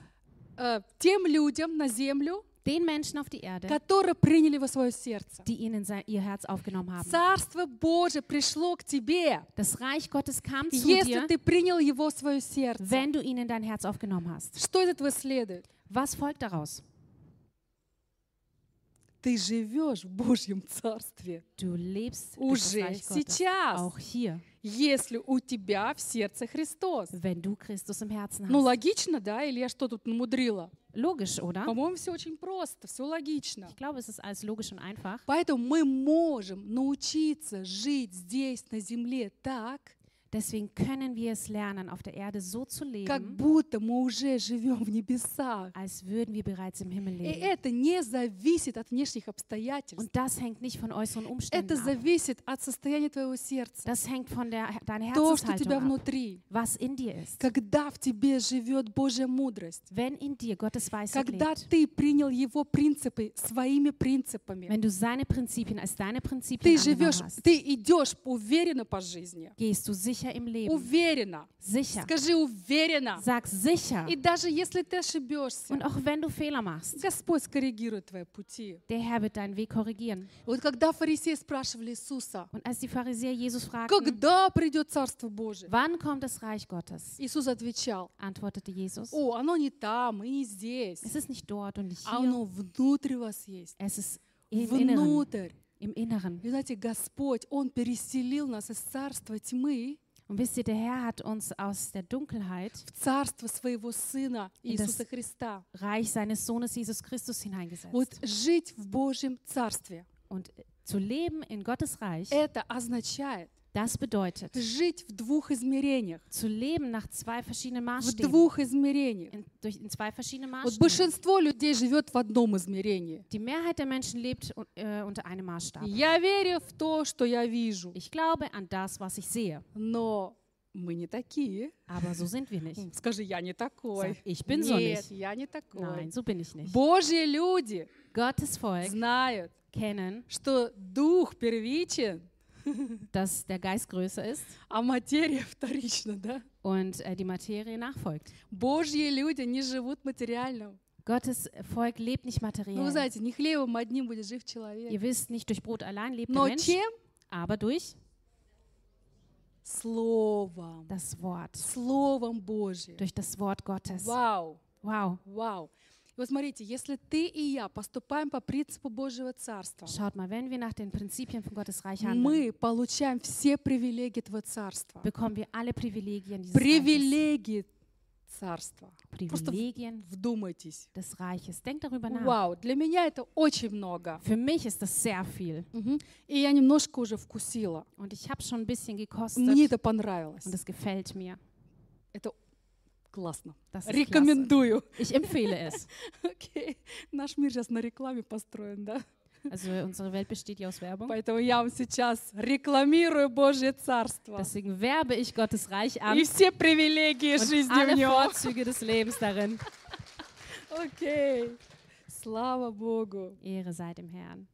Speaker 2: э, тем людям на землю,
Speaker 1: den Menschen auf die Erde,
Speaker 2: которые приняли его в свое сердце.
Speaker 1: die ihn in sein, ihr Herz aufgenommen haben.
Speaker 2: Царство Божие пришло к тебе,
Speaker 1: Das Reich Gottes kam zu
Speaker 2: если
Speaker 1: dir,
Speaker 2: ты принял его в свое сердце.
Speaker 1: wenn du ihn in dein Herz aufgenommen hast.
Speaker 2: Что из этого следует?
Speaker 1: Was folgt daraus?
Speaker 2: Ты живешь в Божьем Цarстве
Speaker 1: Du lebst durch das
Speaker 2: уже
Speaker 1: Reich Gottes.
Speaker 2: сейчас,
Speaker 1: Auch hier,
Speaker 2: если у тебя в сердце Христос.
Speaker 1: wenn du Christus im Herzen
Speaker 2: Ну,
Speaker 1: hast.
Speaker 2: логично, да? Или я что тут намудрила?
Speaker 1: Logisch, oder?
Speaker 2: По-моему, все очень просто, все логично.
Speaker 1: Ich glaube, es ist alles logisch und einfach.
Speaker 2: Поэтому мы можем научиться жить здесь, на земле, так,
Speaker 1: Deswegen können wir es lernen, auf der Erde so zu
Speaker 2: как
Speaker 1: leben,
Speaker 2: будто мы уже живем в небесах.
Speaker 1: als würden wir bereits im Himmel
Speaker 2: И
Speaker 1: leben.
Speaker 2: это не зависит от внешних обстоятельств.
Speaker 1: Und das hängt nicht von äußeren Umständen
Speaker 2: Это
Speaker 1: ab.
Speaker 2: зависит от состояния твоего сердца.
Speaker 1: Das hängt von der, deiner
Speaker 2: То, что у
Speaker 1: Herzenshaltung
Speaker 2: тебя
Speaker 1: ab,
Speaker 2: внутри.
Speaker 1: was in dir ist.
Speaker 2: Когда в тебе живет Божья мудрость.
Speaker 1: Wenn in dir Gottes Weisheit
Speaker 2: Когда
Speaker 1: lebt,
Speaker 2: ты принял Его принципы своими принципами.
Speaker 1: wenn du seine Prinzipien als deine
Speaker 2: Ты
Speaker 1: Prinzipien
Speaker 2: живешь,
Speaker 1: angenommen hast,
Speaker 2: ты идешь уверенно по жизни.
Speaker 1: gehst du sicher im Leben.
Speaker 2: Уверенно.
Speaker 1: Sicher.
Speaker 2: Скажи уверенно.
Speaker 1: Sag sicher.
Speaker 2: И даже если ты ошибешься,
Speaker 1: Und auch wenn du Fehler machst,
Speaker 2: Господь скоррегирует твои пути.
Speaker 1: der Herr wird deinen Weg korrigieren.
Speaker 2: Вот когда фарисеи спрашивали Иисуса,
Speaker 1: Und als die Pharisäer Jesus fragten,
Speaker 2: когда придет Царство Божие,
Speaker 1: wann kommt das Reich Gottes,
Speaker 2: Иисус отвечал,
Speaker 1: antwortete Jesus,
Speaker 2: о, оно не там и не здесь,
Speaker 1: es ist nicht dort und nicht
Speaker 2: а
Speaker 1: hier,
Speaker 2: оно внутри вас есть.
Speaker 1: es ist im Inneren.
Speaker 2: Внутрь.
Speaker 1: Im Inneren.
Speaker 2: И знаете, Господь, Он переселил нас из царства тьмы
Speaker 1: Und wisst ihr, der Herr hat uns aus der Dunkelheit
Speaker 2: в царство своего Сына
Speaker 1: In das-
Speaker 2: Иисуса Христа.
Speaker 1: Reich seines Sohnes Jesus Christus hineingesetzt.
Speaker 2: Вот жить в Божьем Царстве,
Speaker 1: Und zu leben in Gottes Reich,
Speaker 2: это означает
Speaker 1: das bedeutet,
Speaker 2: жить в двух измерениях.
Speaker 1: zu leben nach zwei verschiedenen
Speaker 2: В
Speaker 1: Maßstäben.
Speaker 2: двух измерениях.
Speaker 1: In, durch, in zwei verschiedenen
Speaker 2: Вот
Speaker 1: Maßstäben.
Speaker 2: большинство людей живет в одном измерении.
Speaker 1: Die Mehrheit der Menschen lebt äh, unter einem Maßstab.
Speaker 2: Я верю в то, что я вижу.
Speaker 1: Ich glaube an das, was ich sehe.
Speaker 2: Но мы не такие.
Speaker 1: Aber so sind wir nicht.
Speaker 2: Скажи, я не такой.
Speaker 1: Sag, ich bin so
Speaker 2: Нет,
Speaker 1: nicht.
Speaker 2: я не такой.
Speaker 1: Nein, so bin ich nicht.
Speaker 2: Божьи люди
Speaker 1: Gottes Volk
Speaker 2: знают,
Speaker 1: kennen,
Speaker 2: что дух первичен,
Speaker 1: dass der Geist größer ist
Speaker 2: а материя вторична, да?
Speaker 1: und äh, die Materie nachfolgt.
Speaker 2: Божьи люди не живут материально.
Speaker 1: Gottes Volk lebt nicht
Speaker 2: Ну, вы
Speaker 1: materiell.
Speaker 2: знаете, не хлебом одним будет жив человек.
Speaker 1: Ihr wisst, nicht durch Brot allein lebt der
Speaker 2: Но
Speaker 1: Mensch,
Speaker 2: чем?
Speaker 1: aber durch
Speaker 2: Словом.
Speaker 1: das Wort,
Speaker 2: Словом Божьим.
Speaker 1: durch das Wort Gottes.
Speaker 2: Вау.
Speaker 1: Wow.
Speaker 2: Вау. И вот смотрите, если ты и я поступаем по принципу Божьего Царства,
Speaker 1: Schaut mal, wenn wir nach den Prinzipien von Gottes Reich handeln,
Speaker 2: мы получаем все привилегии этого Царства.
Speaker 1: bekommen wir alle Privilegien dieses Reiches.
Speaker 2: Привилегии Царства. Просто в-
Speaker 1: Privilegien
Speaker 2: вдумайтесь.
Speaker 1: des Reiches. Denkt darüber nach.
Speaker 2: Вау, для меня это очень много.
Speaker 1: Für mich ist das sehr viel.
Speaker 2: Мгм. И я немножко уже вкусила.
Speaker 1: Und ich habe schon ein bisschen
Speaker 2: Мне
Speaker 1: gekostet
Speaker 2: это понравилось.
Speaker 1: und es gefällt mir.
Speaker 2: Это классно.
Speaker 1: Das ist klasse.
Speaker 2: Рекомендую. [laughs]
Speaker 1: Ich empfehle es.
Speaker 2: Окей. Наш мир сейчас на рекламе построен, да?
Speaker 1: Also unsere Welt besteht ja aus Werbung.
Speaker 2: Поэтому я вам сейчас рекламирую Божье Царство
Speaker 1: Deswegen werbe ich Gottes Reich an
Speaker 2: и все привилегии
Speaker 1: und
Speaker 2: жизни в
Speaker 1: alle
Speaker 2: нем.
Speaker 1: Vorzüge des Lebens darin.
Speaker 2: Окей. Слава Богу.
Speaker 1: Ehre sei dem Herrn.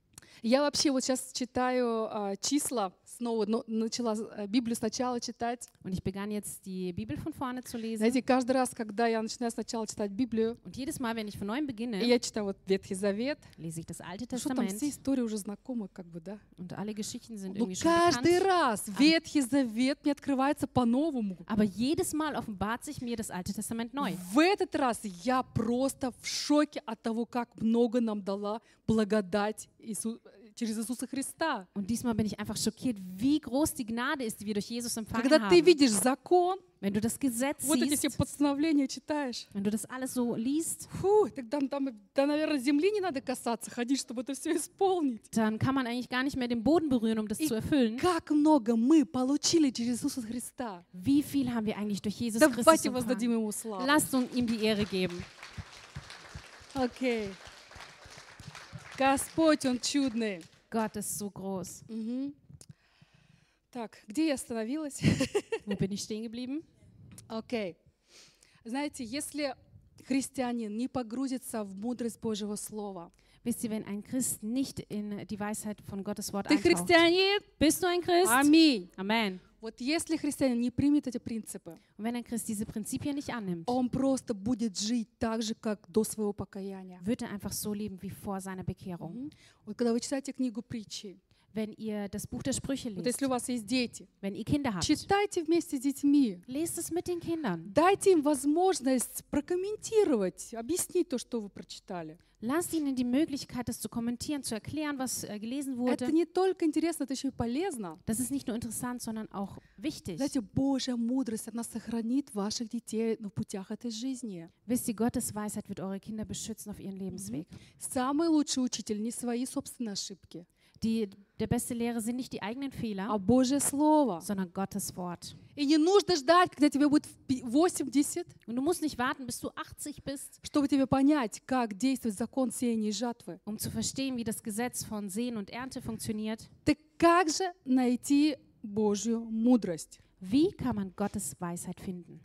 Speaker 2: Я вообще вот сейчас читаю а, числа, снова ну, начала э, Библию сначала читать.
Speaker 1: Und ich begann jetzt die Bibel von vorne zu lesen.
Speaker 2: Знаете, каждый раз, когда я начинаю сначала читать Библию,
Speaker 1: Und jedes Mal, wenn ich von neuem
Speaker 2: и
Speaker 1: beginne,
Speaker 2: я читаю вот Ветхий Завет,
Speaker 1: lese ich das Alte
Speaker 2: ну, что там все
Speaker 1: Testament
Speaker 2: истории уже знакомы, как бы, да?
Speaker 1: und alle Geschichten sind
Speaker 2: Ну,
Speaker 1: irgendwie schon
Speaker 2: каждый
Speaker 1: bekannt.
Speaker 2: раз Ветхий Завет мне открывается по-новому.
Speaker 1: Aber jedes Mal offenbart sich mir das Alte Testament neu.
Speaker 2: В этот раз я просто в шоке от того, как много нам дала благодать Иису- э, через Иисуса Христа.
Speaker 1: Und diesmal bin ich einfach schockiert, wie groß die Gnade ist, die wir durch Jesus empfangen
Speaker 2: Когда ты
Speaker 1: haben.
Speaker 2: видишь закон,
Speaker 1: Wenn du das Gesetz
Speaker 2: вот эти все
Speaker 1: siehst,
Speaker 2: постановления читаешь,
Speaker 1: wenn du das alles so liest,
Speaker 2: Фу, тогда там, да, наверное, земли не надо касаться, ходить, чтобы это все исполнить.
Speaker 1: dann kann man eigentlich gar nicht mehr den Boden berühren, um das
Speaker 2: Ich-
Speaker 1: zu erfüllen.
Speaker 2: Как много мы получили через Иисуса Христа.
Speaker 1: Wie viel haben wir eigentlich durch Jesus Christus
Speaker 2: Давайте
Speaker 1: empfangen?
Speaker 2: воздадим Ему славу.
Speaker 1: Lasst uns ihm die Ehre geben.
Speaker 2: Окей. Господь, Он чудный.
Speaker 1: Gott ist so groß.
Speaker 2: Мгм. Так, где я остановилась? [laughs]
Speaker 1: Wo bin ich stehen geblieben?
Speaker 2: Окей. Знаете, если христианин не погрузится в мудрость Божьего Слова.
Speaker 1: Wisst ihr, wenn ein Christ nicht in die Weisheit von Gottes Wort
Speaker 2: Ты
Speaker 1: eintaucht,
Speaker 2: христианин?
Speaker 1: bist du ein Christ?
Speaker 2: Аминь.
Speaker 1: Amen.
Speaker 2: Вот если христианин не примет эти принципы,
Speaker 1: Und wenn ein Christ diese Prinzipien nicht annimmt,
Speaker 2: А он просто будет жить так же, как до своего покаяния.
Speaker 1: wird er einfach so leben wie vor seiner Bekehrung.
Speaker 2: Мгм. Вот когда вы читаете книгу притчи,
Speaker 1: Wenn ihr das Buch der Sprüche
Speaker 2: вот
Speaker 1: liest,
Speaker 2: если у вас есть дети,
Speaker 1: wenn ihr Kinder habt,
Speaker 2: читайте вместе с детьми.
Speaker 1: lest es mit den Kindern.
Speaker 2: Дайте им возможность прокомментировать, объяснить то, что вы прочитали.
Speaker 1: Lasst ihnen die Möglichkeit, das zu kommentieren, zu erklären, was äh, gelesen
Speaker 2: Это
Speaker 1: wurde.
Speaker 2: не только интересно, это еще и полезно.
Speaker 1: Das ist nicht nur interessant, sondern auch wichtig.
Speaker 2: Знаете, Божья мудрость, она сохранит ваших детей на путях этой жизни.
Speaker 1: Wisst ihr, Gottes Weisheit wird eure Kinder beschützen auf ihren Lebensweg.
Speaker 2: Самый лучший учитель не свои собственные ошибки,
Speaker 1: Die, der beste Lehrer sind nicht die eigenen
Speaker 2: а
Speaker 1: Fehler,
Speaker 2: Божье Слово.
Speaker 1: sondern Gottes Wort.
Speaker 2: И не нужно ждать, когда тебе будет в пи- 80,
Speaker 1: Und du musst nicht warten, bis du 80 bist,
Speaker 2: чтобы тебе понять, как действует закон сеяния и жатвы.
Speaker 1: um zu verstehen, wie das Gesetz von Sehen und Ernte funktioniert.
Speaker 2: Так как же найти Божью мудрость?
Speaker 1: Wie kann man Gottes Weisheit finden?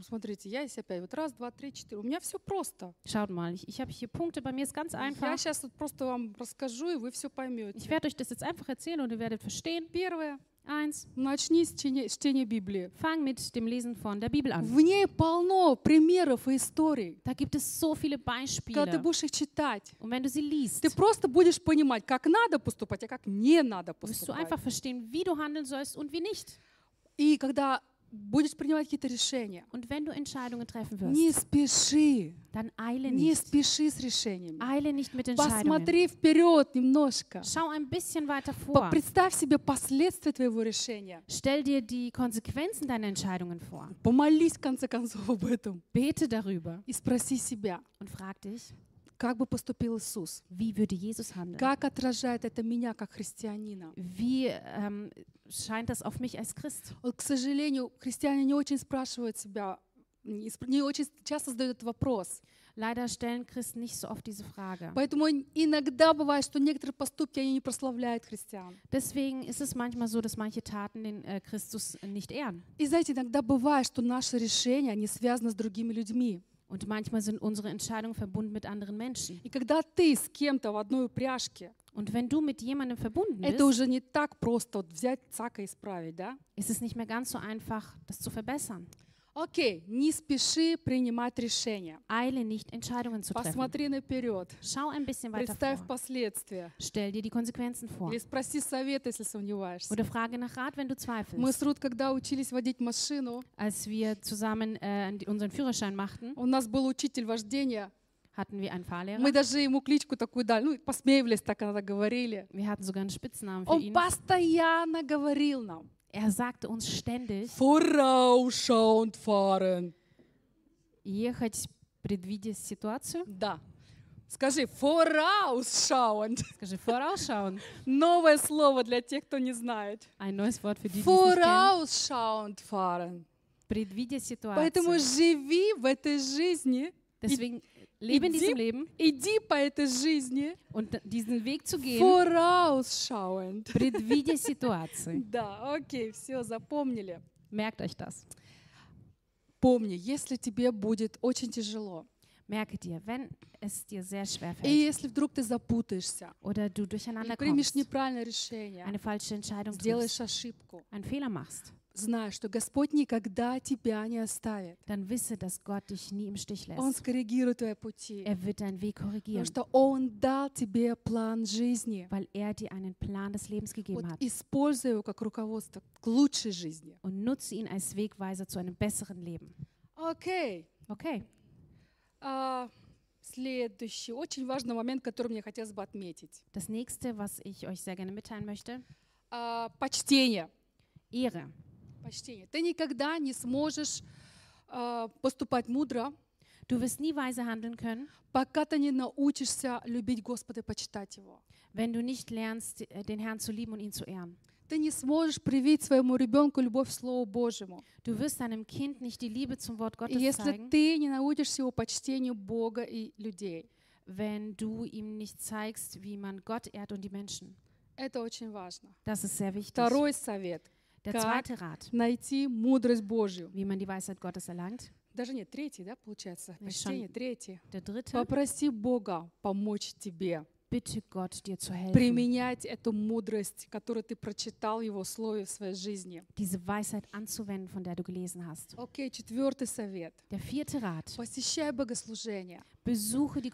Speaker 2: Ну, смотрите, я здесь опять вот раз, два, три, четыре. У меня все просто.
Speaker 1: Schaut mal, ich, ich habe hier Punkte, bei mir ist ganz
Speaker 2: Я
Speaker 1: einfach.
Speaker 2: сейчас вот просто вам расскажу, и вы все
Speaker 1: Ich
Speaker 2: поймете.
Speaker 1: werde euch das jetzt einfach erzählen und ihr werdet verstehen.
Speaker 2: Первое.
Speaker 1: Eins,
Speaker 2: Начни с чтения, с чтения Библии.
Speaker 1: fang mit dem Lesen von der Bibel an.
Speaker 2: В ней полно примеров и историй.
Speaker 1: Da gibt es so viele
Speaker 2: Когда ты
Speaker 1: Beispiele.
Speaker 2: будешь их читать,
Speaker 1: Und wenn du sie liest,
Speaker 2: ты просто будешь понимать, как надо поступать, а как не надо
Speaker 1: wirst du
Speaker 2: поступать.
Speaker 1: einfach verstehen, wie du handeln sollst und wie nicht.
Speaker 2: И когда будешь принимать какие-то решения,
Speaker 1: Und wenn du Entscheidungen treffen
Speaker 2: не
Speaker 1: wirst,
Speaker 2: спеши,
Speaker 1: dann eile
Speaker 2: не
Speaker 1: nicht.
Speaker 2: спеши с решениями.
Speaker 1: Eile nicht mit Entscheidungen.
Speaker 2: Посмотри вперед немножко.
Speaker 1: Schau ein bisschen weiter
Speaker 2: По-
Speaker 1: vor.
Speaker 2: Представь себе последствия твоего решения.
Speaker 1: Stell dir die Konsequenzen deiner Entscheidungen vor.
Speaker 2: Помолись, в конце концов, об этом.
Speaker 1: Bete darüber
Speaker 2: И спроси себя,
Speaker 1: und frag dich,
Speaker 2: как бы поступил Иисус?
Speaker 1: wie würde Jesus handeln?
Speaker 2: Как отражает это меня как христианина?
Speaker 1: Wie ähm, scheint das auf mich als Christ?
Speaker 2: Вот, к сожалению, христиане не очень спрашивают себя, не спр- не очень часто задают этот вопрос.
Speaker 1: Leider stellen Christen nicht so oft diese Frage.
Speaker 2: Поэтому ин- иногда бывает, что некоторые поступки, они не прославляют христиан.
Speaker 1: Deswegen ist es manchmal so, dass manche Taten den äh, Christus nicht ehren.
Speaker 2: И знаете, иногда бывает, что наши решения, они связаны с другими людьми.
Speaker 1: Und manchmal sind unsere Entscheidungen verbunden mit anderen Menschen.
Speaker 2: И когда ты с кем-то в одной упряжке,
Speaker 1: Und wenn du mit jemandem verbunden
Speaker 2: это
Speaker 1: bist,
Speaker 2: уже не так просто вот взять цака и исправить, да?
Speaker 1: ist es nicht mehr ganz so einfach, das zu verbessern.
Speaker 2: Окей, не спеши принимать решения.
Speaker 1: Eile nicht, Entscheidungen zu treffen.
Speaker 2: Посмотри наперед.
Speaker 1: Schau ein bisschen weiter
Speaker 2: Представь
Speaker 1: vor.
Speaker 2: последствия.
Speaker 1: Stell dir die Konsequenzen vor.
Speaker 2: Или спроси совет, если сомневаешься.
Speaker 1: Oder frage nach Rat, wenn du
Speaker 2: Мы
Speaker 1: zweifelst.
Speaker 2: с Рут, когда учились водить машину,
Speaker 1: Als wir zusammen äh, die- unseren Führerschein machten,
Speaker 2: у нас был учитель вождения.
Speaker 1: hatten wir einen Fahrlehrer.
Speaker 2: Мы даже ему кличку такую дали. Ну, посмеивались, так иногда говорили.
Speaker 1: Wir hatten sogar einen Spitznamen für
Speaker 2: Он
Speaker 1: ihn.
Speaker 2: постоянно говорил нам.
Speaker 1: Er sagte uns ständig,
Speaker 2: Vorausschauend fahren.
Speaker 1: ехать, предвидя ситуацию,
Speaker 2: Да. Скажи, vorausschauend.
Speaker 1: скажи, vorausschauen.
Speaker 2: Новое слово для тех, кто не знает.
Speaker 1: Ein neues Wort für die, die es nicht kennen.
Speaker 2: Vorausschauend fahren.
Speaker 1: Предвидя
Speaker 2: Поэтому
Speaker 1: ситуацию.
Speaker 2: живи в этой жизни
Speaker 1: Deswegen Lebe in
Speaker 2: Иди-
Speaker 1: diesem Leben
Speaker 2: Иди по этой жизни
Speaker 1: und d- diesen Weg zu gehen,
Speaker 2: vorausschauend.
Speaker 1: предвидя
Speaker 2: [laughs]
Speaker 1: ситуации.
Speaker 2: Да, окей, все, запомнили.
Speaker 1: Merkt euch das.
Speaker 2: Помни, если тебе будет очень тяжело,
Speaker 1: Merke dir, wenn es dir sehr schwer
Speaker 2: и
Speaker 1: fällt
Speaker 2: если вдруг ты запутаешься,
Speaker 1: oder du
Speaker 2: или
Speaker 1: durcheinander
Speaker 2: примешь
Speaker 1: kommst,
Speaker 2: неправильное решение,
Speaker 1: eine falsche Entscheidung
Speaker 2: сделаешь
Speaker 1: triffst,
Speaker 2: ошибку,
Speaker 1: einen Fehler machst,
Speaker 2: знай, что Господь никогда тебя не оставит.
Speaker 1: dann wisse, dass Gott dich nie im Stich
Speaker 2: Он
Speaker 1: lässt.
Speaker 2: скоррегирует твои пути,
Speaker 1: Er wird deinen Weg
Speaker 2: потому
Speaker 1: korrigieren,
Speaker 2: что Он дал тебе план жизни.
Speaker 1: weil er dir einen Plan des Lebens
Speaker 2: Вот
Speaker 1: gegeben hat.
Speaker 2: используй его как руководство к лучшей жизни.
Speaker 1: Und nutze ihn als Wegweiser zu einem besseren Leben.
Speaker 2: Окей.
Speaker 1: Okay,
Speaker 2: А, следующий очень важный момент, который мне хотелось бы отметить.
Speaker 1: das nächste, was ich euch sehr gerne mitteilen möchte,
Speaker 2: А, почтение.
Speaker 1: Ehre.
Speaker 2: Почтение. Ты никогда не сможешь а, поступать мудро,
Speaker 1: Du wirst nie weise handeln können,
Speaker 2: пока ты не научишься любить Господа и почитать Его.
Speaker 1: wenn du nicht lernst, äh, den Herrn zu lieben und ihn zu ehren.
Speaker 2: Ты не сможешь привить своему ребенку любовь к Слову Божьему,
Speaker 1: Du wirst deinem Kind nicht die Liebe zum Wort Gottes
Speaker 2: если
Speaker 1: zeigen,
Speaker 2: ты не научишься его почтению Бога и людей.
Speaker 1: wenn du ihm nicht zeigst, wie man Gott ehrt und die Menschen.
Speaker 2: Это очень важно.
Speaker 1: Das ist sehr wichtig.
Speaker 2: Второй совет
Speaker 1: Der
Speaker 2: Gott-
Speaker 1: zweite Rat,
Speaker 2: — найти мудрость Божью.
Speaker 1: wie man die Weisheit Gottes erlangt.
Speaker 2: Даже нет, третий, да, получается?
Speaker 1: Ну,
Speaker 2: Почтение,
Speaker 1: шан-
Speaker 2: третий.
Speaker 1: Der dritte,
Speaker 2: Попроси Бога помочь тебе
Speaker 1: bitte Gott, dir zu helfen,
Speaker 2: применять эту мудрость, которую ты прочитал в Его Слове в своей жизни.
Speaker 1: diese Weisheit anzuwenden, von der du gelesen hast.
Speaker 2: Окей, четвертый совет.
Speaker 1: Der vierte Rat,
Speaker 2: Посещай богослужение,
Speaker 1: besuche die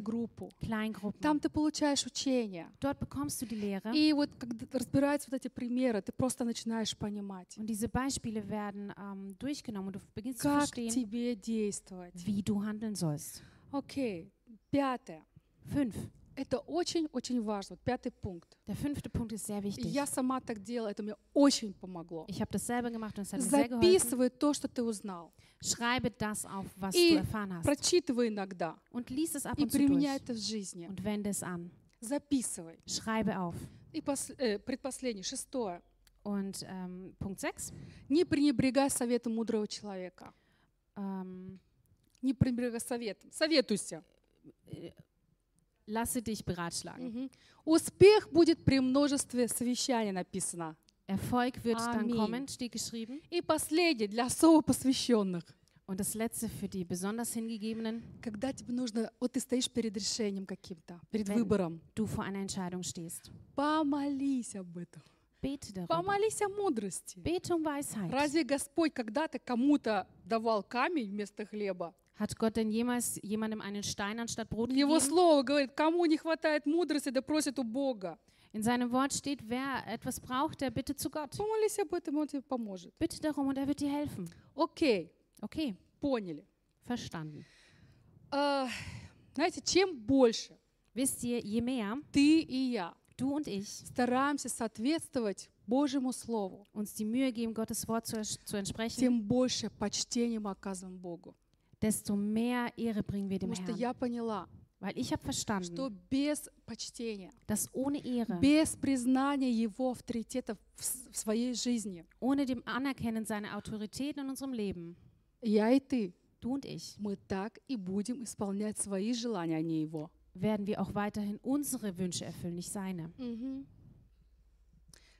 Speaker 1: Gottesdienste,
Speaker 2: группу. Там
Speaker 1: Kleingruppen.
Speaker 2: ты получаешь учение.
Speaker 1: Dort bekommst du die Lehre
Speaker 2: И вот когда т- разбираются вот эти примеры, ты просто начинаешь понимать,
Speaker 1: und diese Beispiele werden ähm, durchgenommen und du beginnst zu
Speaker 2: как
Speaker 1: verstehen,
Speaker 2: тебе действовать.
Speaker 1: wie du handeln sollst.
Speaker 2: Окей, пятое.
Speaker 1: Fünf.
Speaker 2: Это очень-очень важно. Вот Пятый пункт.
Speaker 1: Der fünfte Punkt ist sehr
Speaker 2: И
Speaker 1: wichtig.
Speaker 2: я сама так делала, это мне очень помогло.
Speaker 1: Ich habe das selber gemacht und es hat mir sehr geholfen.
Speaker 2: Записывай то, что ты узнал.
Speaker 1: Schreibe das auf, was
Speaker 2: И
Speaker 1: du erfahren hast
Speaker 2: прочитывай иногда
Speaker 1: und lies es ab
Speaker 2: и
Speaker 1: und zu
Speaker 2: применяй
Speaker 1: durch
Speaker 2: это в жизни.
Speaker 1: und wende es an.
Speaker 2: Записывай.
Speaker 1: Schreibe auf.
Speaker 2: И пос- э, предпоследнее, шестое.
Speaker 1: Und ähm, Punkt 6.
Speaker 2: Не пренебрегай советом мудрого человека.
Speaker 1: Ähm,
Speaker 2: Не пренебрегай советом. Советуйся.
Speaker 1: lasse dich beratschlagen.
Speaker 2: Мгм. Успех будет при множестве совещаний написано.
Speaker 1: Erfolg wird
Speaker 2: Amen.
Speaker 1: dann kommen, steht geschrieben.
Speaker 2: И последнее для особо посвященных.
Speaker 1: Und das letzte für die besonders Hingegebenen,
Speaker 2: Когда тебе нужно, вот ты стоишь перед решением каким-то, перед
Speaker 1: Wenn-
Speaker 2: выбором,
Speaker 1: du vor einer Entscheidung stehst.
Speaker 2: помолись об этом.
Speaker 1: Bete darüber.
Speaker 2: Помолись о мудрости.
Speaker 1: Bete um Weisheit.
Speaker 2: Разве Господь когда-то кому-то давал камень вместо хлеба?
Speaker 1: Hat Gott denn jemals jemandem einen Stein anstatt Brot
Speaker 2: Его
Speaker 1: gegeben?
Speaker 2: слово говорит, кому не хватает мудрости, да просит у Бога.
Speaker 1: In seinem Wort steht, wer etwas braucht, der bitte zu Gott.
Speaker 2: Помолись об этом, он тебе поможет.
Speaker 1: Bitte darum und er wird dir helfen.
Speaker 2: Окей,
Speaker 1: Okay,
Speaker 2: поняли.
Speaker 1: verstanden.
Speaker 2: А, знаете, чем больше
Speaker 1: Wisst ihr, je mehr
Speaker 2: ты и я
Speaker 1: du und ich
Speaker 2: стараемся соответствовать Божьему Слову,
Speaker 1: uns die Mühe geben, Gottes Wort zu, ers- zu entsprechen,
Speaker 2: тем больше почтения мы оказываем Богу.
Speaker 1: desto mehr Ehre bringen wir dem
Speaker 2: Потому что
Speaker 1: Herrn.
Speaker 2: я поняла,
Speaker 1: Weil ich habe
Speaker 2: что
Speaker 1: verstanden,
Speaker 2: без почтения,
Speaker 1: dass ohne Ehre,
Speaker 2: без признания Его авторитета в с- в своей жизни,
Speaker 1: ohne dem Anerkennen seiner Autorität in unserem Leben,
Speaker 2: я и ты,
Speaker 1: du und ich,
Speaker 2: мы так и будем исполнять свои желания, а не Его.
Speaker 1: werden wir auch weiterhin unsere Wünsche erfüllen, nicht seine.
Speaker 2: Мгм.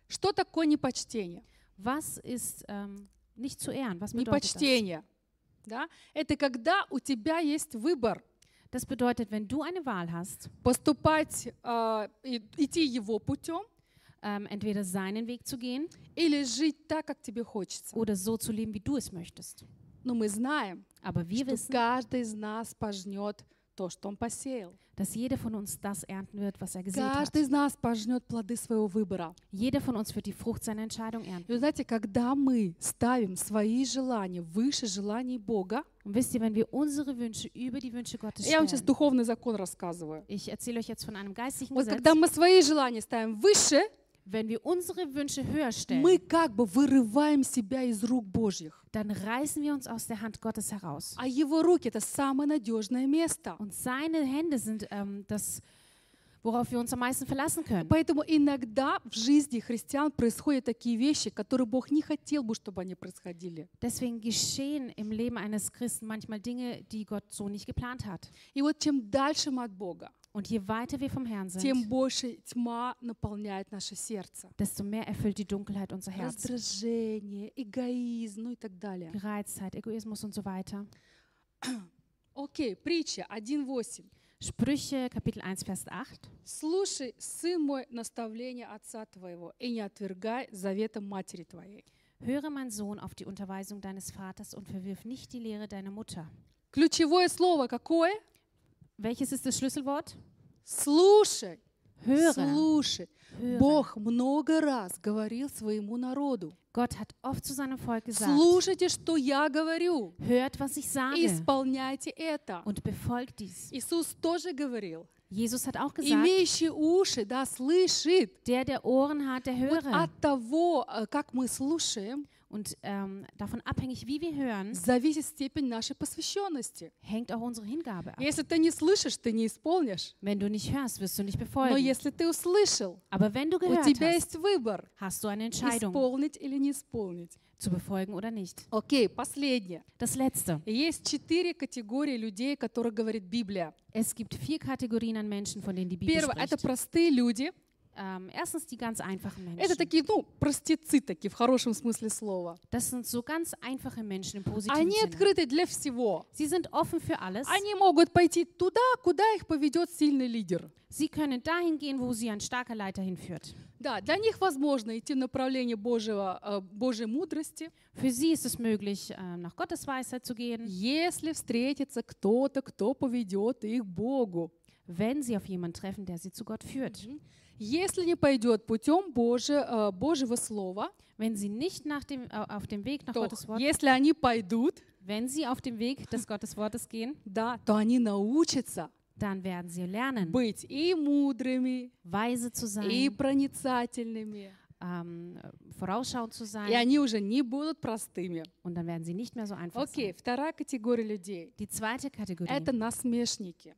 Speaker 2: Что такое непочтение?
Speaker 1: Was ist ähm, nicht zu ehren? Was bedeutet das?
Speaker 2: Непочтение. Да? Это когда у тебя есть выбор
Speaker 1: Das bedeutet, wenn du eine Wahl hast,
Speaker 2: поступать, а, и- идти его путем
Speaker 1: ähm, entweder seinen Weg zu gehen
Speaker 2: или жить так, как тебе хочется.
Speaker 1: oder so zu leben, wie du es möchtest.
Speaker 2: Но мы знаем,
Speaker 1: Aber wir
Speaker 2: что
Speaker 1: wissen,
Speaker 2: каждый из нас пожнет то, что он посеял.
Speaker 1: dass jeder von uns das ernten wird, was er gesät hat.
Speaker 2: Каждый из нас пожнет плоды своего выбора.
Speaker 1: Jeder von uns wird die Frucht seiner Entscheidung
Speaker 2: И
Speaker 1: ernten.
Speaker 2: вы знаете, когда мы ставим свои желания выше желаний Бога,
Speaker 1: Und wisst ihr, wenn wir unsere Wünsche über die Wünsche Gottes
Speaker 2: я вам сейчас
Speaker 1: stellen,
Speaker 2: духовный закон рассказываю.
Speaker 1: ich erzähle euch jetzt von einem geistlichen
Speaker 2: Вот когда
Speaker 1: Gesetz,
Speaker 2: мы свои желания ставим выше,
Speaker 1: wenn wir unsere Wünsche höher
Speaker 2: мы
Speaker 1: stellen,
Speaker 2: как бы вырываем себя из рук Божьих.
Speaker 1: dann reißen wir uns aus der Hand Gottes heraus.
Speaker 2: А его руки — это самое надежное место.
Speaker 1: Und seine Hände sind ähm, das worauf wir uns am meisten verlassen können.
Speaker 2: Поэтому иногда в жизни христиан происходят такие вещи, которые Бог не хотел бы, чтобы они происходили.
Speaker 1: Deswegen geschehen im Leben eines Christen manchmal Dinge, die Gott so nicht geplant hat.
Speaker 2: И вот чем дальше мы от Бога,
Speaker 1: Und je weiter wir vom Herrn
Speaker 2: тем
Speaker 1: sind,
Speaker 2: больше тьма наполняет наше сердце.
Speaker 1: desto mehr erfüllt die Dunkelheit unser Herz.
Speaker 2: Раздражение, эгоизм, ну и так далее.
Speaker 1: Gereiztheit, Egoismus und so weiter.
Speaker 2: Окей, притча 1.8.
Speaker 1: Sprüche, Kapitel 1, Vers 8.
Speaker 2: «Слушай, сын мой, наставление отца твоего, и не отвергай завета матери твоей».
Speaker 1: Höre, mein Sohn, auf die Unterweisung deines Vaters und verwirf nicht die Lehre deiner Mutter.
Speaker 2: Ключевое слово какое?
Speaker 1: Welches ist das Schlüsselwort?
Speaker 2: Слушай.
Speaker 1: Höre.
Speaker 2: Слушай.
Speaker 1: Höre.
Speaker 2: Бог много раз говорил своему народу.
Speaker 1: Gott hat oft zu seinem Volk gesagt,
Speaker 2: Слушайте, что я говорю,
Speaker 1: hört, was ich
Speaker 2: и
Speaker 1: sage
Speaker 2: исполняйте это.
Speaker 1: und befolgt dies.
Speaker 2: Иисус тоже говорил.
Speaker 1: Jesus hat auch gesagt,
Speaker 2: Имеющий уши, да, слышит.
Speaker 1: der, der Ohren hat, der
Speaker 2: Вот
Speaker 1: höre.
Speaker 2: от того, э, как мы слушаем,
Speaker 1: Und ähm, davon abhängig, wie wir hören,
Speaker 2: зависит степень нашей посвященности.
Speaker 1: hängt auch unsere Hingabe ab.
Speaker 2: Если ты не слышишь, ты не исполнишь.
Speaker 1: Wenn du nicht hörst, wirst du nicht
Speaker 2: Но
Speaker 1: befolgen.
Speaker 2: если ты услышал,
Speaker 1: Aber wenn du
Speaker 2: у
Speaker 1: gehört
Speaker 2: тебя
Speaker 1: hast,
Speaker 2: есть выбор,
Speaker 1: hast du eine Entscheidung,
Speaker 2: исполнить или не исполнить.
Speaker 1: zu befolgen oder nicht.
Speaker 2: Окей, последнее.
Speaker 1: Das Letzte.
Speaker 2: Есть четыре категории людей, которые говорит Библия.
Speaker 1: Es gibt vier Kategorien an Menschen, von denen die Bibel
Speaker 2: Первое — это
Speaker 1: spricht.
Speaker 2: простые люди.
Speaker 1: Ähm, erstens die ganz einfachen
Speaker 2: Это
Speaker 1: Menschen.
Speaker 2: такие, ну, простецы такие, в хорошем смысле слова.
Speaker 1: Das sind so ganz einfache Menschen im positiven
Speaker 2: Они
Speaker 1: Sinne.
Speaker 2: открыты для всего.
Speaker 1: Sie sind offen für alles.
Speaker 2: Они могут пойти туда, куда их поведет сильный лидер.
Speaker 1: Sie können dahin gehen, wo sie ein starker Leiter hinführt.
Speaker 2: Да, для них возможно идти в направлении Божьего, э, Божьей мудрости,
Speaker 1: Für sie ist es möglich, äh, nach Gottes Weisheit zu gehen,
Speaker 2: если встретится кто-то, кто поведет их к Богу.
Speaker 1: wenn sie auf jemanden treffen, der sie zu Gott führt.
Speaker 2: Если не пойдет путем Божи- э, Божьего Слова,
Speaker 1: Wenn sie nicht nach dem, au- auf dem Weg nach
Speaker 2: то
Speaker 1: Gottes Wort,
Speaker 2: если они пойдут,
Speaker 1: wenn sie auf dem Weg des Gottes Wortes gehen,
Speaker 2: да, то они научатся
Speaker 1: dann werden sie lernen,
Speaker 2: быть и мудрыми,
Speaker 1: weise zu
Speaker 2: и
Speaker 1: sein,
Speaker 2: проницательными.
Speaker 1: ähm, vorausschauend zu
Speaker 2: И
Speaker 1: sein,
Speaker 2: они уже не будут простыми.
Speaker 1: und dann werden sie nicht mehr so einfach
Speaker 2: Окей,
Speaker 1: sein.
Speaker 2: вторая категория людей
Speaker 1: Die zweite
Speaker 2: — это
Speaker 1: Kategorie,
Speaker 2: насмешники.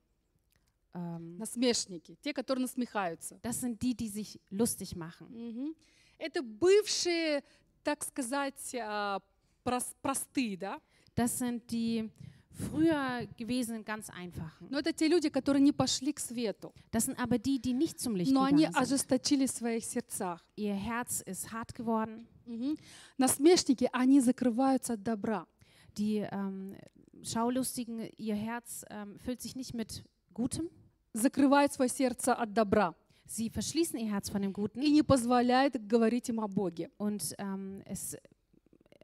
Speaker 1: ähm,
Speaker 2: Насмешники, те, которые насмехаются.
Speaker 1: das sind die, die sich lustig machen.
Speaker 2: Мгм. Это бывшие, так сказать, а, прос- простые, да?
Speaker 1: Das sind die früher gewesenen ganz einfachen.
Speaker 2: Но это те люди, которые не пошли к свету,
Speaker 1: Das sind aber die, die nicht zum Licht
Speaker 2: но они
Speaker 1: gegangen sind.
Speaker 2: ожесточили в своих сердцах.
Speaker 1: Ihr Herz ist hart geworden.
Speaker 2: Мгм. Насмешники, они закрываются от добра.
Speaker 1: Die ähm, Schaulustigen, ihr Herz ähm, füllt sich nicht mit Gutem.
Speaker 2: Закрывают свое сердце от добра
Speaker 1: Sie verschließen ihr Herz von dem Guten
Speaker 2: и не позволяют говорить им о Боге.
Speaker 1: und ähm, es,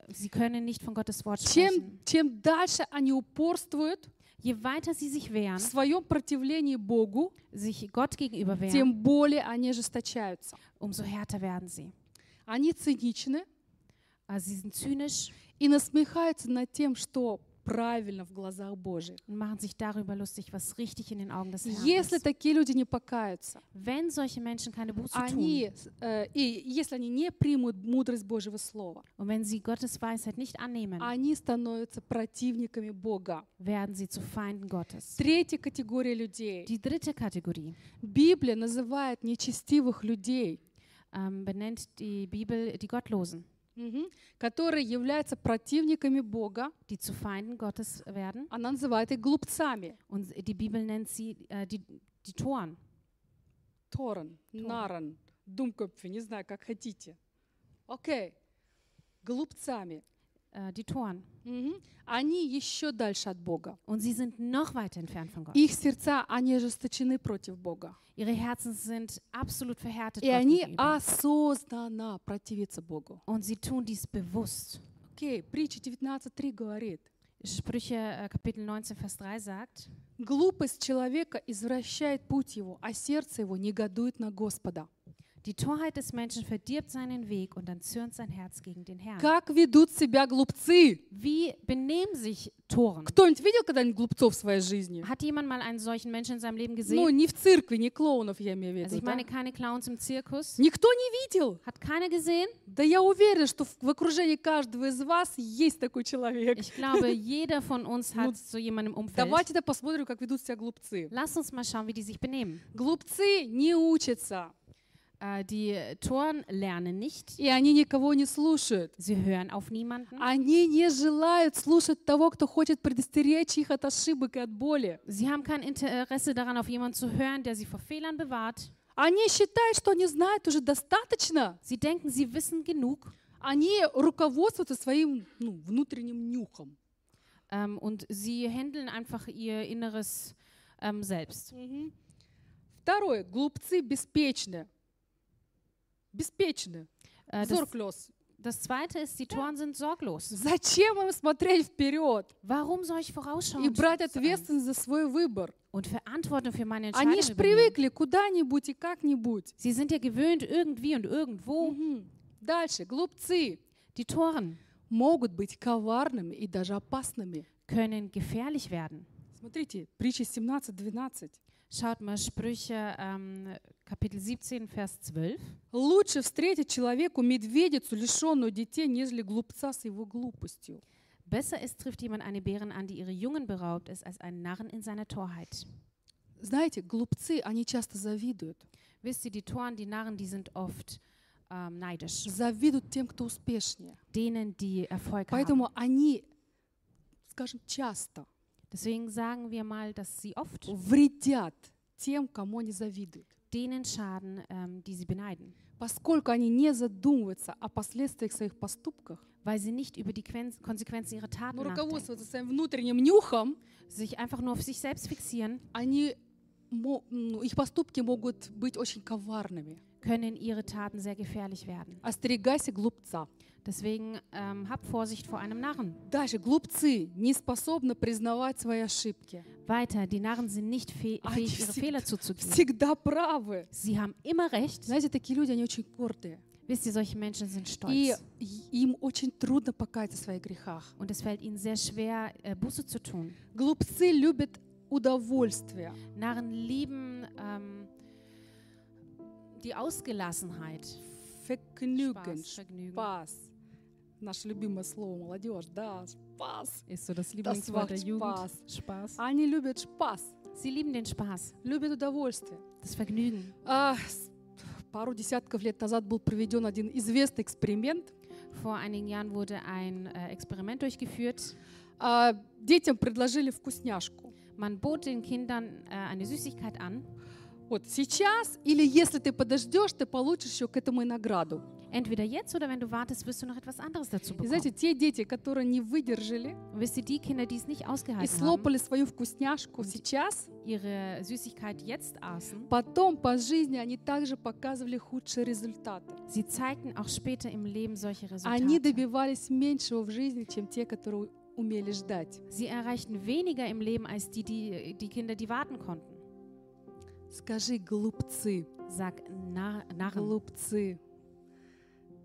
Speaker 1: sie können nicht von Gottes Wort
Speaker 2: Чем,
Speaker 1: sprechen.
Speaker 2: чем дальше они упорствуют
Speaker 1: Je weiter sie sich
Speaker 2: в
Speaker 1: wehren,
Speaker 2: своем противлении Богу,
Speaker 1: sich Gott gegenüber wehren,
Speaker 2: тем более они ожесточаются.
Speaker 1: umso härter werden sie.
Speaker 2: Они циничны
Speaker 1: Also sie sind zynisch
Speaker 2: и насмехаются над тем, что правильно в глазах Божьих.
Speaker 1: und machen sich darüber lustig, was richtig in den Augen des Herrn
Speaker 2: Если
Speaker 1: ist.
Speaker 2: такие люди не покаются,
Speaker 1: Wenn solche Menschen keine Buße tun
Speaker 2: они, э, и если они не примут мудрость Божьего Слова,
Speaker 1: und wenn sie Gottes Weisheit nicht annehmen,
Speaker 2: они становятся противниками Бога.
Speaker 1: werden sie zu Feinden Gottes.
Speaker 2: Третья категория людей.
Speaker 1: Die dritte Kategorie
Speaker 2: Библия называет нечестивых людей,
Speaker 1: ähm, benennt die Bibel die Gottlosen,
Speaker 2: мгм, которые являются противниками Бога.
Speaker 1: die zu Feinden Gottes werden.
Speaker 2: Она называет их глупцами.
Speaker 1: Und die Bibel nennt sie äh, die, die Toren.
Speaker 2: Торан, Наран, Думкопфи, не знаю, как хотите. Окей. Глупцами.
Speaker 1: Äh, die Toren.
Speaker 2: Мгм. Они еще дальше от Бога.
Speaker 1: Und sie sind noch weiter entfernt von Gott.
Speaker 2: Их сердца, они ожесточены против Бога.
Speaker 1: Ihre Herzen sind absolut verhärtet.
Speaker 2: И
Speaker 1: Gott
Speaker 2: они
Speaker 1: gegenüber.
Speaker 2: осознанно противятся Богу.
Speaker 1: Und sie tun dies bewusst.
Speaker 2: Окей, притча 19.3 говорит,
Speaker 1: Sprüche äh, Kapitel 19, Vers 3 sagt,
Speaker 2: Глупость человека извращает путь его, а сердце его негодует на Господа.
Speaker 1: Die Torheit des Menschen verdirbt seinen Weg und dann zürnt sein Herz gegen den Herrn.
Speaker 2: Как ведут себя глупцы?
Speaker 1: Wie benehmen sich Toren?
Speaker 2: Кто-нибудь видел когда-нибудь глупцов в своей жизни?
Speaker 1: Hat jemand mal einen solchen Menschen in seinem Leben
Speaker 2: Ну,
Speaker 1: gesehen?
Speaker 2: не в циркве, не клоунов, я имею в виду.
Speaker 1: Also ich
Speaker 2: да?
Speaker 1: meine keine Clowns im Zirkus.
Speaker 2: Никто не видел.
Speaker 1: Hat keiner gesehen?
Speaker 2: Да я уверена, что в- в окружении каждого из вас есть такой человек.
Speaker 1: Ich glaube, jeder von uns
Speaker 2: Ну,
Speaker 1: hat so jemanden im Umfeld.
Speaker 2: Давайте-то посмотрим, как ведут себя глупцы.
Speaker 1: Lass uns mal schauen, wie die sich benehmen.
Speaker 2: Глупцы не учатся,
Speaker 1: Äh, die Toren lernen nicht.
Speaker 2: и они никого не слушают.
Speaker 1: Sie hören auf niemanden.
Speaker 2: Они не желают слушать того, кто хочет предостеречь их от ошибок и от боли.
Speaker 1: Sie haben kein Interesse daran, auf jemanden zu hören, der sie vor Fehlern bewahrt.
Speaker 2: Они считают, что они знают уже достаточно.
Speaker 1: Sie denken, sie wissen genug
Speaker 2: Они руководствуются своим ну, внутренним нюхом.
Speaker 1: ähm, und sie handeln einfach ihr inneres ähm, Selbst.
Speaker 2: Второе. Глупцы беспечны. Беспечны.
Speaker 1: Äh, das,
Speaker 2: Зорклёс.
Speaker 1: das Zweite ist, die Toren sind sorglos.
Speaker 2: Зачем им смотреть вперед
Speaker 1: Warum soll ich vorausschauen
Speaker 2: и брать
Speaker 1: sein?
Speaker 2: ответственность за свой выбор?
Speaker 1: und Verantwortung für meine Entscheidung
Speaker 2: Они же
Speaker 1: übernehmen?
Speaker 2: привыкли куда-нибудь и как-нибудь.
Speaker 1: Sie sind ja gewöhnt, irgendwie und irgendwo.
Speaker 2: Мгм. Дальше. Глупцы
Speaker 1: Die Toren
Speaker 2: могут быть коварными и даже опасными.
Speaker 1: können gefährlich werden.
Speaker 2: Смотрите, притча 17.12.
Speaker 1: Schaut mal, Sprüche ähm, Kapitel 17, Vers 12.
Speaker 2: Лучше встретить человеку медведицу, лишенную детей, нежели глупца с его глупостью.
Speaker 1: Besser ist, trifft jemand eine Bärin an, die ihre Jungen beraubt ist, als einen Narren in seiner Torheit.
Speaker 2: Знаете, глупцы, они часто завидуют.
Speaker 1: Wisst ihr, die Toren, die Narren, die sind oft ähm, neidisch.
Speaker 2: Завидуют тем, кто успешнее.
Speaker 1: Denen, die Erfolg haben.
Speaker 2: Поэтому они, скажем, часто
Speaker 1: Deswegen sagen wir mal, dass sie oft
Speaker 2: вредят тем, кому они завидуют.
Speaker 1: denen schaden, ähm, die sie beneiden.
Speaker 2: Поскольку они не задумываются о последствиях своих поступков,
Speaker 1: Weil sie nicht über die Quen Konsequenzen ihrer Taten
Speaker 2: но
Speaker 1: nachdenken.
Speaker 2: руководствуются Ну, своим внутренним нюхом,
Speaker 1: Sich einfach nur auf sich selbst fixieren,
Speaker 2: они, мо- ну, их поступки могут быть очень коварными.
Speaker 1: können ihre Taten sehr gefährlich werden.
Speaker 2: Остерегайся глупца.
Speaker 1: Deswegen ähm, hab Vorsicht vor einem Narren.
Speaker 2: Дальше глупцы не способны признавать свои ошибки.
Speaker 1: Weiter, die Narren sind nicht fäh
Speaker 2: Ah,
Speaker 1: fähig,
Speaker 2: die
Speaker 1: ihre
Speaker 2: sind-
Speaker 1: Fehler zuzugeben.
Speaker 2: Всегда правы.
Speaker 1: Sie haben immer recht.
Speaker 2: Знаете, такие люди, они очень гордые.
Speaker 1: Wisst ihr, solche Menschen sind
Speaker 2: И
Speaker 1: stolz.
Speaker 2: и- им очень трудно покаяться в своих грехах.
Speaker 1: Und es fällt ihnen sehr schwer, äh, Buße zu tun.
Speaker 2: Глупцы любят удовольствие.
Speaker 1: Narren lieben ähm, die Ausgelassenheit.
Speaker 2: Фекнюген,
Speaker 1: Spaß, Vergnügen.
Speaker 2: шпас. Наше любимое слово молодежь, да, шпас.
Speaker 1: Ist so das
Speaker 2: Lieblingswort der Jugend.
Speaker 1: Spaß.
Speaker 2: Они любят шпас,
Speaker 1: Sie lieben den Spaß,
Speaker 2: любят удовольствие.
Speaker 1: das Vergnügen.
Speaker 2: А, с- пару десятков лет назад был проведен один известный эксперимент.
Speaker 1: Vor einigen Jahren wurde ein äh, Experiment durchgeführt.
Speaker 2: А, детям предложили вкусняшку.
Speaker 1: Man bot den Kindern äh, eine Süßigkeit an.
Speaker 2: Вот сейчас или если ты подождешь, ты получишь еще к этому и награду.
Speaker 1: Entweder jetzt oder wenn du wartest, wirst du noch etwas anderes dazu
Speaker 2: И
Speaker 1: bekommen.
Speaker 2: знаете, те дети, которые не выдержали
Speaker 1: Und wisst ihr, die Kinder, die es nicht
Speaker 2: и
Speaker 1: ausgehalten haben,
Speaker 2: слопали свою вкусняшку сейчас,
Speaker 1: ihre Süßigkeit jetzt aßen,
Speaker 2: потом по жизни они также показывали худшие результаты.
Speaker 1: sie zeigten auch später im Leben solche
Speaker 2: Они
Speaker 1: Resultate.
Speaker 2: добивались меньшего в жизни, чем те, которые умели ждать.
Speaker 1: Sie erreichten weniger im Leben als die, die, die Kinder, die warten konnten.
Speaker 2: Скажи, глупцы,
Speaker 1: Sag Nar Narren.
Speaker 2: глупцы.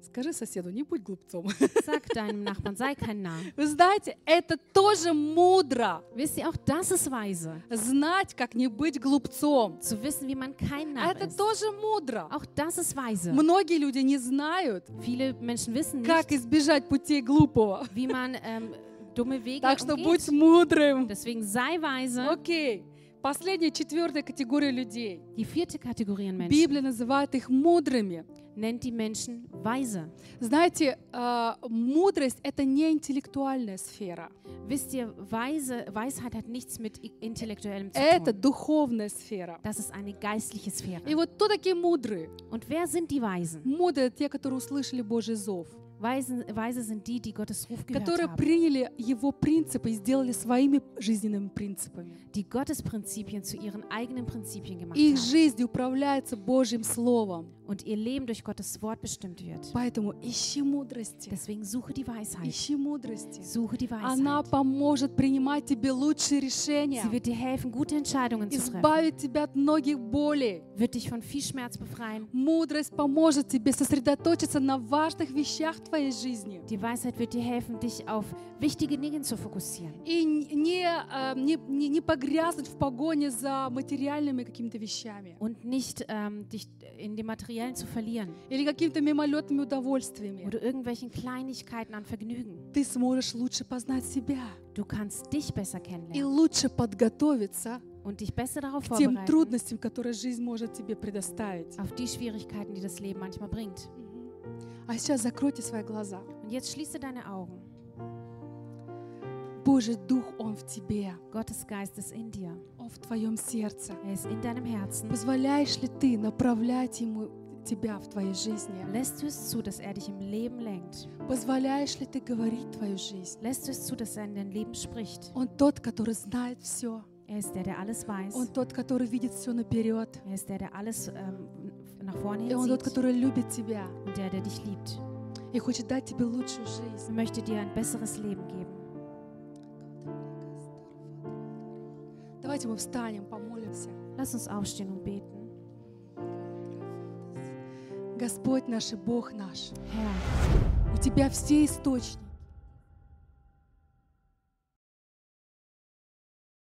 Speaker 2: Скажи соседу, не будь глупцом.
Speaker 1: [laughs] Sag deinem Nachbarn, sei kein Narr.
Speaker 2: Вы знаете, это тоже мудро.
Speaker 1: Wisst ihr, auch das ist weise.
Speaker 2: Знать, как не быть глупцом.
Speaker 1: Zu wissen, wie man kein Narr
Speaker 2: А это
Speaker 1: ist.
Speaker 2: тоже мудро.
Speaker 1: Auch das ist weise.
Speaker 2: Многие люди не знают,
Speaker 1: Viele Menschen wissen
Speaker 2: как
Speaker 1: nicht,
Speaker 2: избежать путей глупого.
Speaker 1: wie man ähm, dumme Wege
Speaker 2: Так что будь
Speaker 1: umgeht.
Speaker 2: мудрым.
Speaker 1: Deswegen sei weise.
Speaker 2: Окей. Последняя, четвертая категория людей.
Speaker 1: Die vierte Kategorie an Menschen
Speaker 2: Библия называет их мудрыми.
Speaker 1: nennt die Menschen weise.
Speaker 2: Знаете, э, мудрость — это не интеллектуальная сфера.
Speaker 1: Wisst ihr, Weise, Weisheit hat nichts mit I- Intellektuellem zu
Speaker 2: Это
Speaker 1: tun.
Speaker 2: духовная сфера.
Speaker 1: Das ist eine geistliche
Speaker 2: И
Speaker 1: Sphäre.
Speaker 2: вот кто такие мудрые?
Speaker 1: Und wer sind die Weisen?
Speaker 2: Мудрые — это те, которые услышали Божий зов,
Speaker 1: Weisen Weise sind die, die Gottes Ruf gehört
Speaker 2: которые
Speaker 1: haben,
Speaker 2: приняли его принципы и сделали своими жизненными принципами.
Speaker 1: die Gottes Prinzipien zu ihren eigenen Prinzipien gemacht
Speaker 2: Их
Speaker 1: haben.
Speaker 2: жизнь управляется Божьим Словом.
Speaker 1: und ihr Leben durch Gottes Wort bestimmt wird.
Speaker 2: Поэтому ищи мудрости.
Speaker 1: Deswegen suche die Weisheit.
Speaker 2: Ищи мудрости.
Speaker 1: Suche die
Speaker 2: Она
Speaker 1: Weisheit.
Speaker 2: поможет принимать тебе лучшие
Speaker 1: Sie
Speaker 2: решения,
Speaker 1: wird dir helfen, gute Entscheidungen zu treffen,
Speaker 2: избавит тебя от многих болей.
Speaker 1: wird dich von viel Schmerz befreien.
Speaker 2: Мудрость поможет тебе сосредоточиться на важных вещах твоей жизни
Speaker 1: Die Weisheit wird dir helfen, dich auf wichtige Dinge zu fokussieren
Speaker 2: и н- не, э, не, не- не погрязнуть в погоне за материальными какими-то вещами
Speaker 1: und nicht ähm, dich in dem Materiellen zu verlieren
Speaker 2: или какими-то мимолетными удовольствиями.
Speaker 1: oder irgendwelchen Kleinigkeiten an Vergnügen.
Speaker 2: Ты сможешь лучше познать себя
Speaker 1: Du kannst dich besser
Speaker 2: и
Speaker 1: kennenlernen
Speaker 2: лучше подготовиться
Speaker 1: und dich besser darauf
Speaker 2: к тем
Speaker 1: vorbereiten,
Speaker 2: трудностям, которые жизнь может тебе предоставить.
Speaker 1: auf die Schwierigkeiten, die das Leben manchmal bringt.
Speaker 2: Мгм. А сейчас закройте свои глаза.
Speaker 1: Und jetzt schließe deine Augen.
Speaker 2: Божий Дух, Он в тебе,
Speaker 1: Gottes Geist ist in dir.
Speaker 2: Он в твоем сердце.
Speaker 1: Er ist in deinem Herzen.
Speaker 2: Позволяешь ли ты направлять Ему тебя в твоей жизни?
Speaker 1: Lässt du es zu, dass er dich im Leben lenkt?
Speaker 2: Позволяешь ли ты говорить твою жизнь?
Speaker 1: Lässt du es zu, dass er in dein Leben spricht?
Speaker 2: Он тот, который знает все.
Speaker 1: Er ist der, der alles weiß.
Speaker 2: Он тот, который видит все наперед.
Speaker 1: Er ist der, der alles ähm, nach vorne
Speaker 2: И
Speaker 1: hin
Speaker 2: он тот,
Speaker 1: sieht
Speaker 2: который любит тебя
Speaker 1: und der, der dich liebt.
Speaker 2: и хочет дать тебе лучшую жизнь.
Speaker 1: Er möchte dir ein besseres Leben geben.
Speaker 2: Давайте мы встанем, помолимся.
Speaker 1: Lass uns aufstehen und beten.
Speaker 2: Господь наш и Бог наш,
Speaker 1: Herr,
Speaker 2: у Тебя все источники,